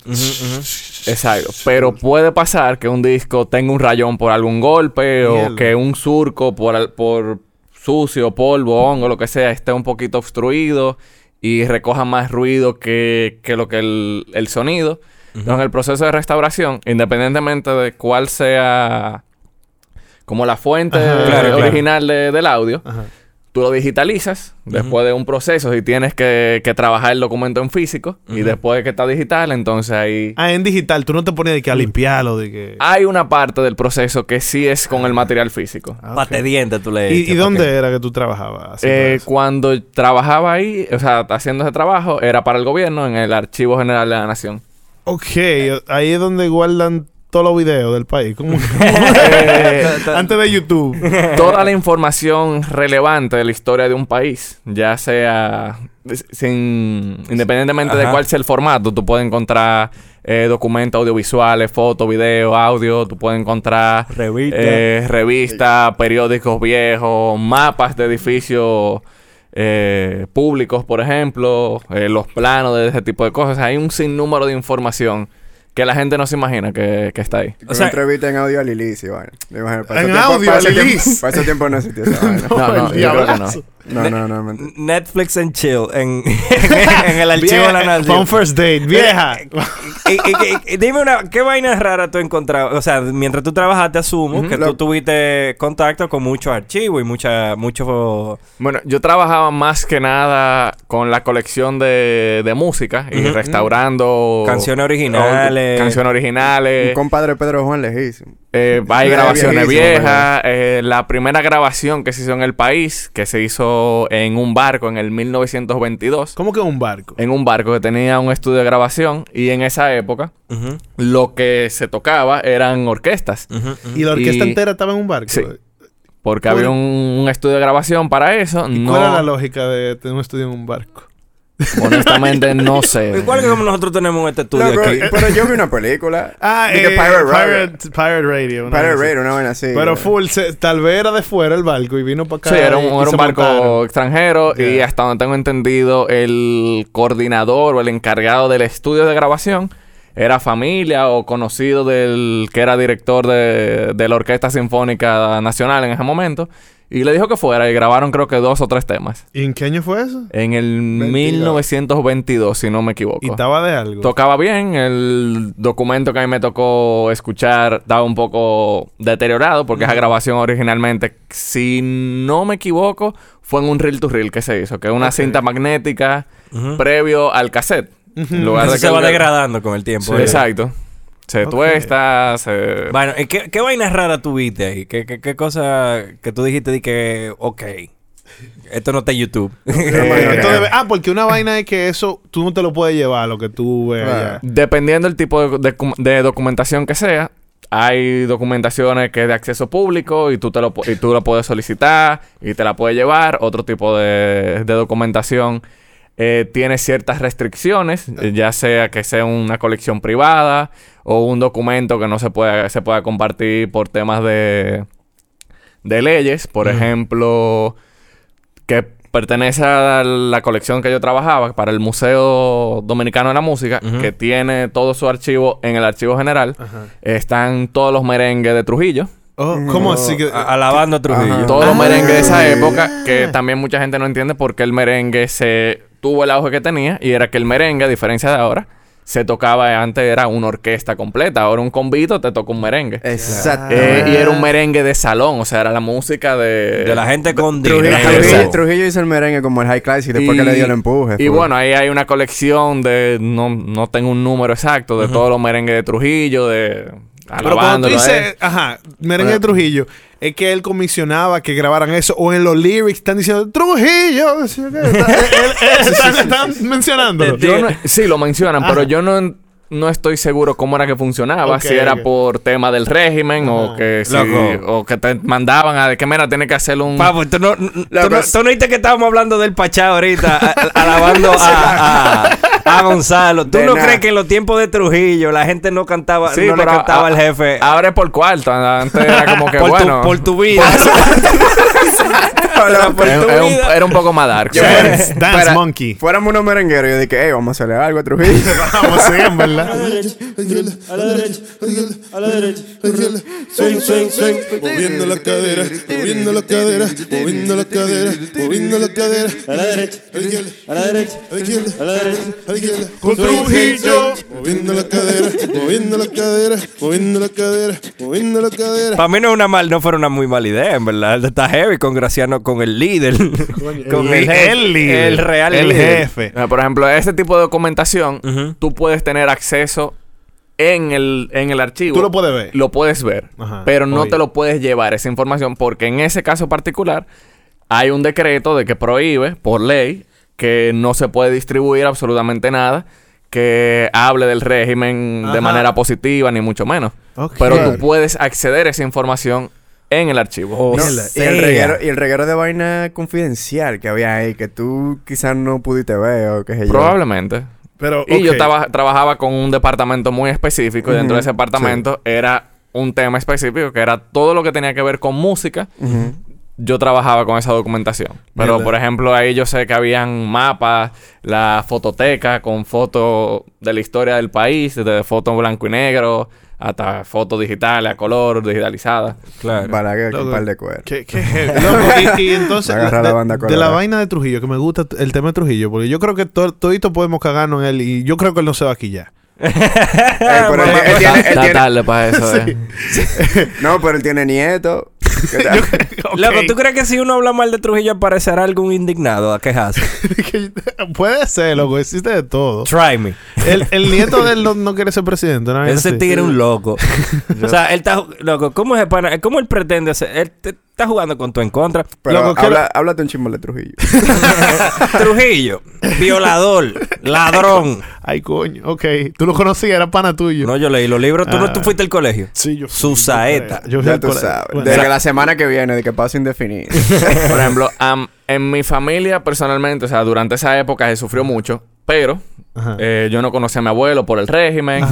S6: Exacto. Pero puede pasar que un disco tenga un rayón por algún golpe
S1: Mierda.
S6: o que un surco por, al- por sucio, polvo, hongo, lo que sea, esté un poquito obstruido y recoja más ruido que, que lo que el, el sonido. Entonces, en el proceso de restauración, independientemente de cuál sea como la fuente
S1: Ajá.
S6: eh,
S2: Claro, claro.
S6: original de- del audio, Tú lo digitalizas después de un proceso. Si tienes que, que trabajar el documento en físico y después de que está digital, entonces ahí.
S1: Ah, en digital, tú no te pones de
S2: Mm.
S1: que a limpiarlo, de que...
S2: Ah,
S6: Hay una parte del proceso que sí es con el material físico.
S1: Ah, ok.
S2: Pate diente tú le
S1: ¿Y,
S2: eches,
S1: y
S2: pa'
S1: dónde
S2: que-
S1: era que tú trabajabas? pues. haciendo
S6: Eh,
S2: pues.
S1: eso?
S6: cuando trabajaba ahí, o sea, haciendo ese trabajo, era para el gobierno en el Archivo General de la Nación.
S1: ok, ahí es donde guardan todos los videos del país. ¿Cómo? Antes de YouTube.
S6: Toda la información relevante de la historia de un país, ya sea sin, independientemente de
S2: Ajá.
S6: cuál sea el formato, tú puedes encontrar eh, documentos audiovisuales, fotos, videos, audio, tú puedes encontrar
S2: Revista.
S6: eh, revistas, periódicos viejos, mapas de edificios eh, públicos, por ejemplo, eh, los planos de ese tipo de cosas. Hay un sinnúmero de información que la gente no se imagina que, que está ahí.
S2: O
S3: O
S2: sea-
S3: sea, entrevista en audio a Lili, sí, vaina. Me imagino, para
S8: En
S3: ese tiempo-
S8: audio
S3: para
S8: a
S3: ese tiempo-
S8: Lilis.
S3: Para ese tiempo no existía esa vaina.
S6: No, no,
S8: el
S6: yo creo que no.
S8: diablazo.
S3: No, no, no, mentira.
S2: Netflix and chill en, en el archivo
S6: eh,
S2: de la
S1: Fue un
S2: nación.
S1: first date, vieja.
S2: Y- y- y- y dime una, ¿qué vaina rara tú encontrabas? O sea, mientras tú trabajaste, asumo que tú
S3: Lo-
S2: tuviste contacto con muchos archivos y mucha, mucho...
S6: Bueno, yo trabajaba más que nada con la colección de, de música y restaurando
S2: Canciones originales.
S6: canciones
S3: Un
S6: originales.
S3: compadre Pedro Juan lejísimo.
S6: Eh, hay
S3: Era
S6: grabaciones
S3: viejísimo,
S6: viejas. eh, la primera grabación que se hizo en el país, que se hizo en un barco en el 1922,
S1: ¿Cómo que un barco?
S6: en un barco que tenía un estudio de grabación y en esa época
S2: Ujú,
S6: lo que se tocaba eran orquestas.
S1: Mm.
S2: ujú.
S1: ¿Y la orquesta
S6: y-
S1: entera estaba en un barco?
S6: Sí. Porque
S1: Bueno.
S6: había un, un estudio de grabación para eso.
S1: ¿Y
S6: no,
S1: cuál era la lógica de tener un estudio en un barco?
S6: honestamente no sé.
S2: Eh, Igual que como nosotros tenemos este estudio
S3: Loco,
S2: aquí.
S3: pero yo vi una película.
S1: Ah,
S3: de que
S1: eh,
S3: Pirate Radio.
S1: Pirate, Pirate Radio. una
S3: Pirate
S1: cosa así.
S3: Radio, una vaina así.
S1: Pero
S3: eh.
S1: full, se- tal vez era de fuera el barco y vino para acá.
S6: Sí, era un,
S1: y- y
S6: era
S1: se
S6: un barco
S1: montaron.
S6: extranjero y
S1: Ya.
S6: hasta donde tengo entendido el coordinador o el encargado del estudio de grabación era familia o conocido del que era director de, de la Orquesta Sinfónica Nacional en ese momento y le dijo que fuera y grabaron creo que dos o tres temas
S1: ¿Y en qué año fue eso?
S6: en el 1922 si no me equivoco.
S1: Y estaba de algo.
S6: Tocaba bien, el documento que a mí me tocó escuchar estaba un poco deteriorado porque esa grabación originalmente, si no me equivoco, fue en un reel to reel que se hizo, que es una cinta magnética previo al cassette. En
S3: eh,
S6: lugar
S2: Eso
S6: de
S2: se
S6: que-
S2: va degradando con el tiempo.
S6: Sí.
S2: ¿verdad?
S6: Exacto. Se tuesta, se...
S2: Bueno, ¿y qué, qué vaina rara tuviste ahí? ¿Qué, qué, qué cosa que tú dijiste de que, ok, esto no está en YouTube?
S1: Eh,
S3: Bueno,
S1: esto
S3: ya.
S1: debe- ah, porque una vaina es que eso tú no te lo puedes llevar, lo que tú veas.
S3: Claro.
S1: ya.
S6: Dependiendo del tipo de, de cum- de documentación que sea, hay documentaciones que es de acceso público y tú, te lo, pu- y tú lo puedes solicitar y te la puedes llevar. Otro tipo de, de documentación eh, tiene ciertas restricciones, eh, ya sea que sea una colección privada o un documento que no se pueda, se pueda compartir por temas de, de leyes. Por ejemplo, que pertenece a la colección que yo trabajaba para el Museo Dominicano de la Música, que tiene todo su archivo en el archivo general. Están todos los merengues de Trujillo.
S1: Oh, ¿Cómo así que.?
S2: A- Alabando a Trujillo.
S3: Ajá.
S6: Todos los
S3: Ah.
S6: merengues de esa época, que también mucha gente no entiende por qué el merengue se tuvo el auge que tenía, y era que el merengue, a diferencia de ahora, se tocaba antes, era una orquesta completa, ahora un convito te toca un merengue.
S3: Exacto.
S6: Eh, y era un merengue de salón, o sea, era la música de...
S2: De la gente con
S3: Trujillo,
S2: dinero.
S3: Trujillo- Trujillo hizo el merengue como el high class y después que le dio el empuje.
S6: Y
S3: fue.
S6: bueno, ahí hay una colección de. No, no tengo un número exacto de todos los merengues de Trujillo, de.
S1: Pero cuando tú
S6: Alabándolo.
S1: dices,
S6: eh.
S1: ajá, merengue de Trujillo, es que él comisionaba que grabaran eso, o en los lyrics están diciendo Trujillo, no sé qué, está- eh, él- él- están, están mencionándolo.
S2: eh,
S6: Yo no- sí, lo mencionan, pero yo no, no estoy seguro cómo era que funcionaba.
S1: Ok,
S6: si era
S1: ok.
S6: por tema del régimen o
S1: Ajá.
S6: que si-
S2: Loco.
S6: o que te mandaban a. Que mira, tienes que hacer un.
S2: Papo, tú no, tú no-
S3: cosa-
S2: tú no oíste que estábamos hablando del Pachá ahorita, a- a- alabando a, a- a Gonzalo. ¿Tú
S3: De
S2: no
S3: nada.
S2: crees que en los tiempos de Trujillo la gente no cantaba,
S6: Sí,
S2: no le
S6: pero a-
S2: cantaba
S6: a-
S2: al jefe?
S6: Ahora es por cuarto. Antes era como que
S2: por,
S6: bueno.
S2: tu, por tu vida.
S3: Ahora,
S2: por
S6: era,
S2: tu
S6: era un-
S2: vida.
S6: era un poco más dark.
S1: Dance,
S2: Ah,
S1: dance
S3: Espera.
S1: Monkey.
S3: Fuéramos unos merengueros, yo dije, hey, vamos a hacerle algo a Trujillo.
S1: Vamos, sí, en verdad.
S5: Moviendo la cadera, moviendo la cadera, moviendo la cadera, moviendo la cadera. A la derecha, a la derecha, a la derecha, a la derecha.
S1: Con Trujillo.
S9: moviendo la cadera, moviendo la cadera, moviendo la cadera, moviendo la cadera.
S2: Para mí no es una mal, no fue una muy mala idea, en verdad. Él Está heavy con Graciano, con el líder. con
S10: el-
S2: jefe,
S10: el líder,
S2: El real
S10: el
S2: líder.
S10: jefe.
S6: Ah, Por ejemplo, ese tipo de documentación, tú puedes tener acceso en el, en el archivo.
S10: Tú lo puedes ver.
S6: Lo puedes ver,
S10: Ajá,
S6: pero no
S10: oye.
S6: te lo puedes llevar esa información porque en ese caso particular hay un decreto de que prohíbe por ley que no se puede distribuir absolutamente nada que hable del régimen
S10: Ajá.
S6: de manera positiva ni mucho menos.
S10: Ok.
S6: Pero
S10: Claro.
S6: tú puedes acceder a esa información en el archivo.
S2: O
S3: No, y,
S2: sea.
S3: el reguero, y el reguero de vaina confidencial que había ahí, que tú quizás no pudiste ver o qué sé yo.
S6: Probablemente.
S1: Pero,
S6: Y yo
S1: ok.
S6: traba- trabajaba con un departamento muy específico y dentro de ese departamento era un tema específico que era todo lo que tenía que ver con música. Yo trabajaba con esa documentación. Pero,
S1: Mierda.
S6: por ejemplo, ahí yo sé que habían mapas, la fototeca con fotos de la historia del país, desde fotos en blanco y negro hasta fotos digitales a color, digitalizadas.
S2: Claro.
S3: Balaguer con
S10: Loco,
S3: un par de cueros.
S10: Qué, qué heavy. Loco, y, y entonces,
S3: Va a agarrar
S10: de,
S3: la banda
S10: de la
S3: colorada.
S10: vaina de Trujillo, que me gusta t- el tema de Trujillo, porque yo creo que to- todito podemos cagarnos en él y yo creo que él no se va a quillar.
S3: Ey, Eh, pero él, él
S2: pues,
S3: tiene, él
S6: Está
S3: tiene-
S6: tarde para eso, ¿eh?
S3: no, pero él tiene nieto. ¿Qué tal?
S2: Loco, ¿tú crees que si uno habla mal de Trujillo aparecerá algún indignado a quejarse?
S10: Que- Puede ser, loco, existe de todo.
S2: Try me.
S10: El, el nieto de él no, no quiere ser presidente. ¿no?
S2: Ese
S10: Sí.
S2: tigre es un loco. o sea, él está... Loco, ¿cómo es el pana? ¿Cómo él pretende hacer? Él te- está jugando con tu en contra.
S3: Pero
S10: Loco, ¿qué
S3: habla, háblate un chisme de Trujillo.
S2: Trujillo, violador, ladrón.
S10: Ay, coño. Ok. Tú lo conocías, era pana tuyo.
S2: No, yo leí los libros. ¿Tú, no, tú fuiste al colegio?
S10: Sí, yo
S2: Su saeta.
S10: Yo fui
S3: ya
S10: al
S3: tú
S10: cole-
S3: sabes.
S10: Bueno,
S3: Desde
S10: la-
S3: la semana que viene, de que paso indefinido.
S6: Por ejemplo, am- en mi familia personalmente, o sea, durante esa época se sufrió mucho, pero
S10: Ajá.
S6: eh, yo no conocía a mi abuelo por el régimen.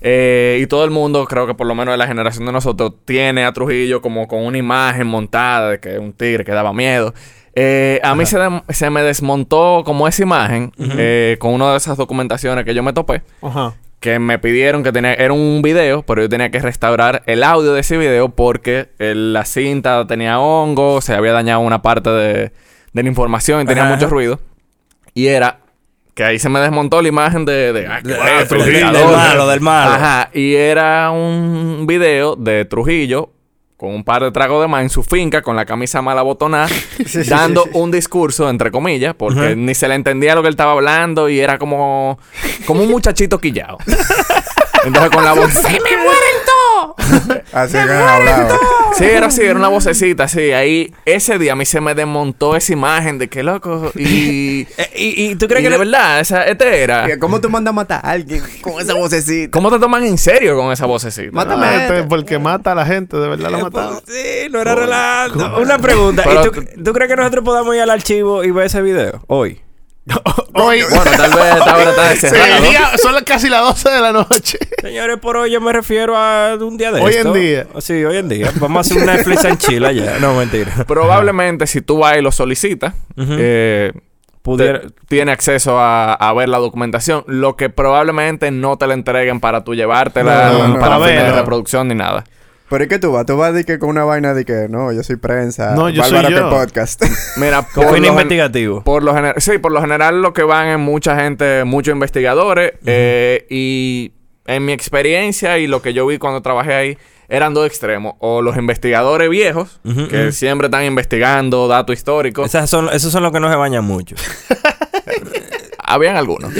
S6: eh, y todo el mundo, creo que por lo menos de la generación de nosotros, tiene a Trujillo como con una imagen montada de que es un tigre que daba miedo. Eh, a mí se, dem- se me desmontó como esa imagen eh, con una de esas documentaciones que yo me topé
S10: Ajá.
S6: que me pidieron que tenía era un video, pero yo tenía que restaurar el audio de ese video porque el- la cinta tenía hongo, se había dañado una parte de, de la información y tenía
S2: Ajá,
S6: mucho
S2: ajá.
S6: ruido. Y era que ahí se me desmontó la imagen de, de, ah, qué
S2: De-
S6: bueno,
S2: de
S6: Trujillo,
S2: Trujillo,
S6: ¿no?
S2: del malo, del malo.
S6: Ajá, y era un video de Trujillo con un par de tragos de más en su finca con la camisa mal abotonada dando un discurso entre comillas porque ni se le entendía lo que él estaba hablando y era como como un muchachito quillado. Entonces con la voz
S3: Así que hablaba.
S6: Sí, era así, era una vocecita así. Ahí ese día a mí se me desmontó esa imagen de que loco y
S2: Eh, ¿Y, y tú
S6: creo
S2: crees
S6: que
S2: que
S6: de
S2: le-
S6: verdad, esa este era.
S3: ¿Cómo tú mandas a matar a alguien con esa vocecita?
S6: ¿Cómo te toman en serio con esa vocecita?
S3: Mátame.
S10: Ah, este, porque mata a la gente, de verdad la mataron.
S2: Sí, no era relato. Una pregunta. ¿Y
S6: Pero-
S2: tú, tú crees que nosotros podamos ir al archivo y ver ese video hoy?
S10: Hoy.
S6: Bueno, tal vez esta hora está cerrada. ¿no?
S10: Sería- son las- casi las 12 de la noche.
S2: Señores, por hoy yo me refiero a un día de
S10: Hoy
S2: esto.
S10: en día.
S2: Sí, hoy en día. Vamos a hacer un Netflix en Chile ya. No, mentira.
S6: Probablemente si tú vas y lo solicitas, eh,
S2: Pudiera...
S6: te- tiene acceso a, a ver la documentación, lo que probablemente no te la entreguen para tú llevártela,
S10: No, no, no.
S6: para
S10: A
S6: fines de
S10: ver.
S6: reproducción ni nada.
S3: Pero es que tú vas, tú vas de que con una vaina de que no, yo soy prensa.
S10: No, yo soy
S3: Bárbara
S10: yo.
S3: te podcast.
S6: Mira,
S2: Con
S6: por
S2: fin
S6: lo gen-
S2: investigativo.
S6: Por lo general, sí, por lo general lo que van es mucha gente, muchos investigadores. eh, y en mi experiencia y lo que yo vi cuando trabajé ahí, eran dos extremos. O los investigadores viejos, que siempre están investigando datos históricos.
S2: Esas son, esos son los que no se bañan mucho.
S6: Habían algunos.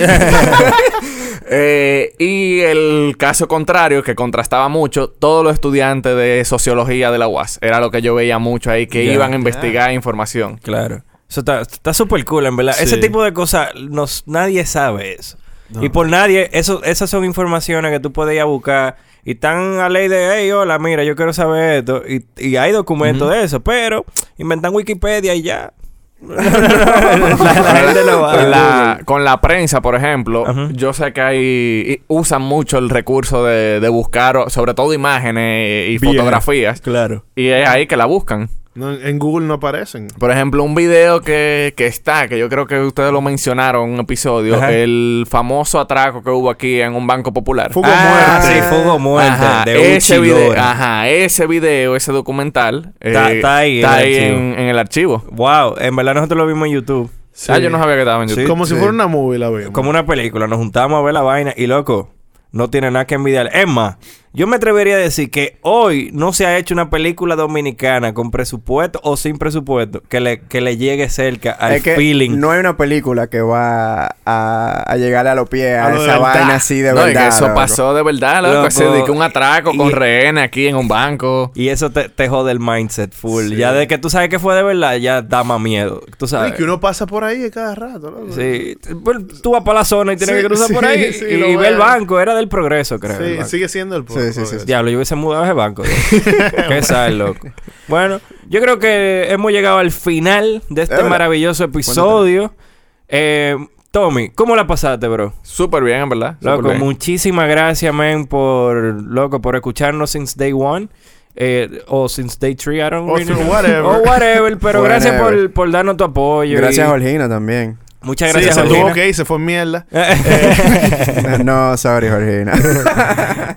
S6: Eh, y el caso contrario, que contrastaba mucho, todos los estudiantes de sociología de la UAS. Era lo que yo veía mucho ahí, que
S2: Ya,
S6: iban a
S2: ya.
S6: investigar información.
S2: Claro. Eso está está súper cool, en verdad. Ese tipo de cosas, nos, nadie sabe eso. Y por nadie, eso, esas son informaciones que tú puedes ir a buscar. Y están a ley de, hey, hola, mira, yo quiero saber esto. Y, y hay documentos de eso, pero inventan Wikipedia y ya. la, la gente no va.
S6: La- con la prensa, por ejemplo, yo sé que hay y usan mucho el recurso de, de buscar, o- sobre todo imágenes y, y
S2: Bien.
S6: fotografías.
S2: Claro.
S6: Y es ahí que la buscan.
S10: No, en Google no aparecen.
S6: Por ejemplo, un video que, que está, que yo creo que ustedes lo mencionaron en un episodio,
S2: Ajá.
S6: el famoso atraco que hubo aquí en un banco popular.
S10: Fugo
S2: Ah,
S10: muerte.
S2: sí, fuego muerte.
S6: Ajá,
S2: de
S6: ese
S2: Uchi
S6: video,
S2: Dora.
S6: ajá, ese video, ese documental eh,
S2: Está- está ahí
S6: está
S2: el
S6: ahí
S2: archivo.
S6: en, en el archivo.
S2: Wow, en verdad nosotros lo vimos en YouTube.
S6: Ah, yo no sabía que estaba en YouTube.
S10: Como si
S3: sí.
S10: fuera una movie la veo.
S2: Como una película, nos juntamos a ver la vaina y loco. No tiene nada que envidiar. Es más, yo me atrevería a decir que hoy no se ha hecho una película dominicana con presupuesto o sin presupuesto que le, que le llegue cerca al
S3: es que
S2: feeling.
S3: no hay una película que va a, a llegar a los pies a,
S1: A lo de
S3: esa
S1: verdad.
S3: vaina así de
S6: no, y
S3: verdad.
S6: que eso
S3: loco.
S6: pasó de verdad, loco.
S2: Loco,
S6: Ese de que un atraco con
S2: y-
S6: rehenes aquí en un banco.
S2: Y eso te, te jode el mindset full. Ya de que tú sabes que fue de verdad, ya da más miedo. Tú sabes.
S1: Y que uno pasa por ahí cada rato, loco.
S2: Sí, t- bueno, tú vas para la zona y tienes
S1: Sí,
S2: que cruzar
S1: sí,
S2: por ahí
S1: sí,
S2: y
S1: lo
S2: ve
S1: veo.
S2: el banco, era del progreso, creo. el
S1: Sí,
S2: banco.
S1: sigue siendo el pueblo.
S3: sí, sí, sí.
S2: Diablo, yo hubiese mudado ese banco. loco. ¿Qué sabes, loco? Bueno, yo creo que hemos llegado al final de este
S3: verdad.
S2: maravilloso episodio. Eh, Tommy, ¿cómo la pasaste, bro?
S6: Súper bien, en verdad. súper
S2: Loco,
S6: bien.
S2: muchísimas gracias, men, por loco, por escucharnos since day one. eh, o since day three, I don't
S1: O
S2: really
S1: since
S2: know.
S1: whatever.
S2: O whatever, pero gracias
S3: Whatever.
S2: por, por darnos tu apoyo.
S3: Gracias
S2: y-
S3: a Georgina también.
S2: Muchas
S1: Sí,
S2: gracias,
S1: se tuvo
S2: Georgina.
S1: que ir, se fue mierda.
S3: no, sorry, Georgina.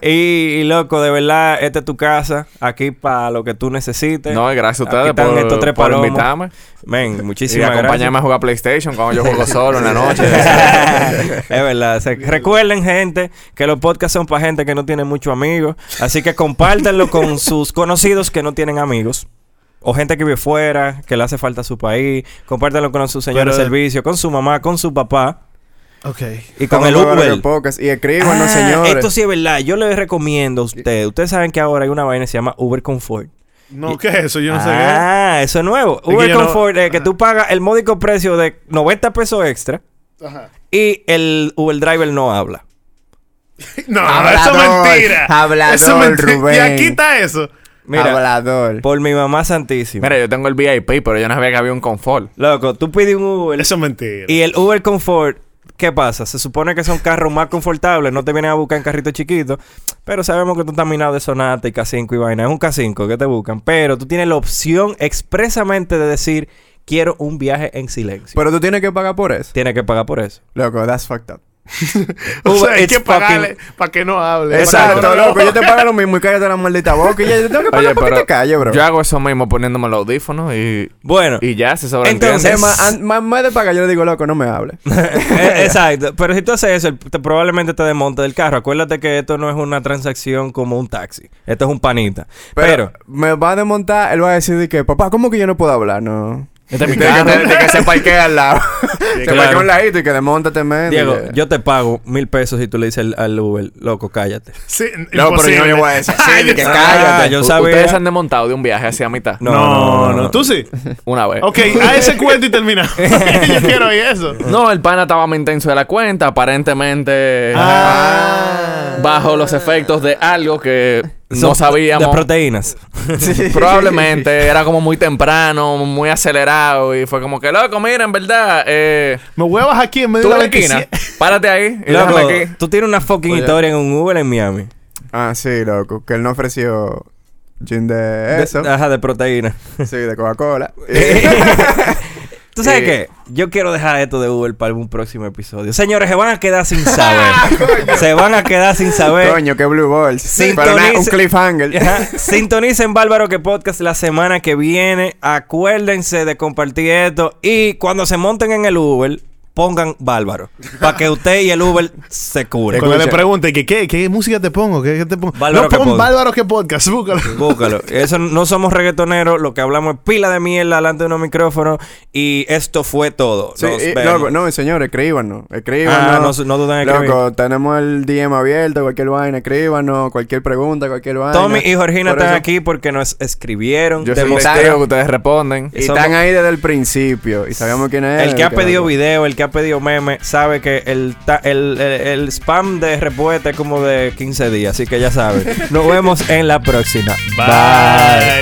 S2: Y, y, loco, de verdad, esta es tu casa. Aquí para lo que tú necesites.
S6: No, y gracias a
S2: Aquí
S6: ustedes
S2: están
S6: por,
S2: estos tres
S6: por
S2: palomos.
S6: invitarme.
S2: Men,
S6: Y
S2: muchísimas gracias.
S6: acompañarme a jugar PlayStation cuando yo juego solo en la noche.
S2: es verdad. Se- recuerden, gente, que los podcasts son para gente que no tiene muchos amigos. Así que compártanlo con sus conocidos que no tienen amigos. O gente que vive fuera, que le hace falta a su país. Compártanlo con su señor de
S1: Pero-
S2: servicio, con su mamá, con su papá
S1: Ok.
S2: y con el
S3: Estamos
S2: Uber.
S3: en Podcast. Y escriban,
S2: Ah,
S3: señores.
S2: Esto sí es verdad. Yo les recomiendo a ustedes. Ustedes saben que ahora hay una vaina que se llama Uber Comfort.
S1: No, ¿qué es eso? Yo no sé qué. es.
S2: ah, eso es nuevo.
S1: que
S2: Uber
S1: yo no-
S2: Comfort es que tú pagas el módico precio de 90 pesos extra y el Uber Driver no habla.
S1: No, eso
S3: Hablador,
S1: es mentira.
S3: hablador,
S1: eso es mentira. Y
S3: Rubén.
S1: aquí está eso.
S2: Mira,
S3: Hablador.
S2: por mi mamá santísima.
S6: Mira, yo tengo el VIP, pero yo no sabía que había un confort.
S2: Loco, tú pides un Uber
S1: Eso es mentira.
S2: y el Uber Comfort, ¿qué pasa? Se supone que son carros más confortables, no te vienen a buscar en carritos chiquitos, pero sabemos que tú estás minado de Sonata y K5 y vaina. Es un K5 que te buscan, pero tú tienes la opción expresamente de decir, quiero un viaje en
S1: Pues-
S2: silencio.
S3: Pero tú tienes que pagar por eso.
S2: Tienes que pagar por eso.
S3: Loco, that's fucked up.
S1: o sea,
S2: Uber,
S1: hay
S2: it's
S1: que pagarle
S2: fucking-
S1: para que no hable.
S2: Exacto.
S1: No,
S3: Exacto,
S1: no, no.
S3: loco. Yo te pago lo mismo y cállate la maldita boca. Y ya yo tengo que pagar para que te calles, bro. Ah,
S6: yo hago eso mismo poniéndome los audífonos y,
S2: Bueno.
S6: y ya se sobreentiende.
S2: Entonces-
S3: Es más, an- ah, más, más de pagar, yo le digo, loco, no me hables.
S2: Eh, Exacto. Pero si tú haces eso, el- te- probablemente te desmonte del carro. Acuérdate que esto no es una transacción como un taxi. Esto es un panita. Pero,
S3: Pero, eh, me va a desmontar, él va a decir de que, papá, ¿cómo que yo no puedo hablar? No.
S6: Este es mi
S3: De que,
S6: carro.
S3: de- de que se parquea al lado. se
S2: claro.
S3: parquea a un ladito y que desmontate, men.
S2: Diego,
S3: Y-
S2: yo te pago mil pesos si tú le dices al, al Uber, loco, cállate.
S1: Sí,
S3: No, pero yo no
S1: imposible.
S3: llevo a eso. Sí, de que
S2: Ah,
S3: cállate.
S2: yo
S6: U-
S2: sabía.
S6: Ustedes se han desmontado de un viaje hacia mitad.
S2: No,
S1: No, no, tú sí.
S6: Una vez.
S1: Ok, a ese cuento y terminamos. yo quiero oír eso.
S6: No, el pana estaba más intenso de la cuenta, aparentemente. Bajo los efectos de algo que no
S2: Son
S6: sabíamos.
S2: De proteínas.
S6: Probablemente era como muy temprano, muy acelerado. Y fue como que, loco, mira, en verdad. Eh,
S1: Me huevas aquí en medio de
S6: tú en
S1: la
S6: la esquina.
S1: 27.
S6: Párate ahí. Y
S2: Loco,
S6: déjame aquí.
S2: Oh, tú tienes una fucking
S6: Oye.
S2: historia en un Uber en Miami.
S3: Ah, sí, loco. Que él no ofreció gin de eso.
S2: De, ah. ajá, de proteínas.
S3: Sí, de Coca-Cola.
S2: ¿Tú sabes
S6: Sí.
S2: qué? Yo quiero dejar esto de Uber para un próximo episodio. Señores, se van a quedar sin saber. se van a quedar sin saber.
S3: Coño, qué Blue Balls. Sí,
S2: Sintonice-
S3: pero nada, un cliffhanger.
S2: Ajá. Sintonicen Bárbaro que podcast la semana que viene. Acuérdense de compartir esto. Y cuando se monten en el Uber, pongan Bárbaro. Para que usted y el Uber se curen.
S1: Cuando le
S3: Escucha.
S1: pregunte que qué, qué música te pongo, qué, qué te pongo.
S2: Bárbaro
S1: no
S2: que
S1: pon
S2: podcast.
S1: Bárbaro que podcast, búscalo.
S2: Búscalo. Eso no somos reggaetoneros. Lo que hablamos es pila de mierda delante de unos micrófonos. Y esto fue todo.
S3: Sí,
S2: Nos
S3: y-
S2: vemos.
S3: loco, no, señor, escríbanos.
S2: Ah,
S3: Escríbanos.
S2: no- no duden en
S3: Loco, tenemos el DM abierto, cualquier vaina, escríbanos. Cualquier pregunta, cualquier vaina.
S2: Tommy y Georgina
S3: Por
S2: están
S3: eso-
S2: aquí porque nos escribieron.
S6: Yo soy
S2: demostraron-
S6: testigo que ustedes responden.
S3: Y
S2: somos-
S3: están ahí desde el principio. Y sabemos quién es.
S2: El que ha pedido
S3: video.
S2: video, el que ha pedido meme, sabe que el, ta- el, el- el spam de respuesta es como de 15 días, así que ya saben. Nos vemos en la próxima.
S1: Bye.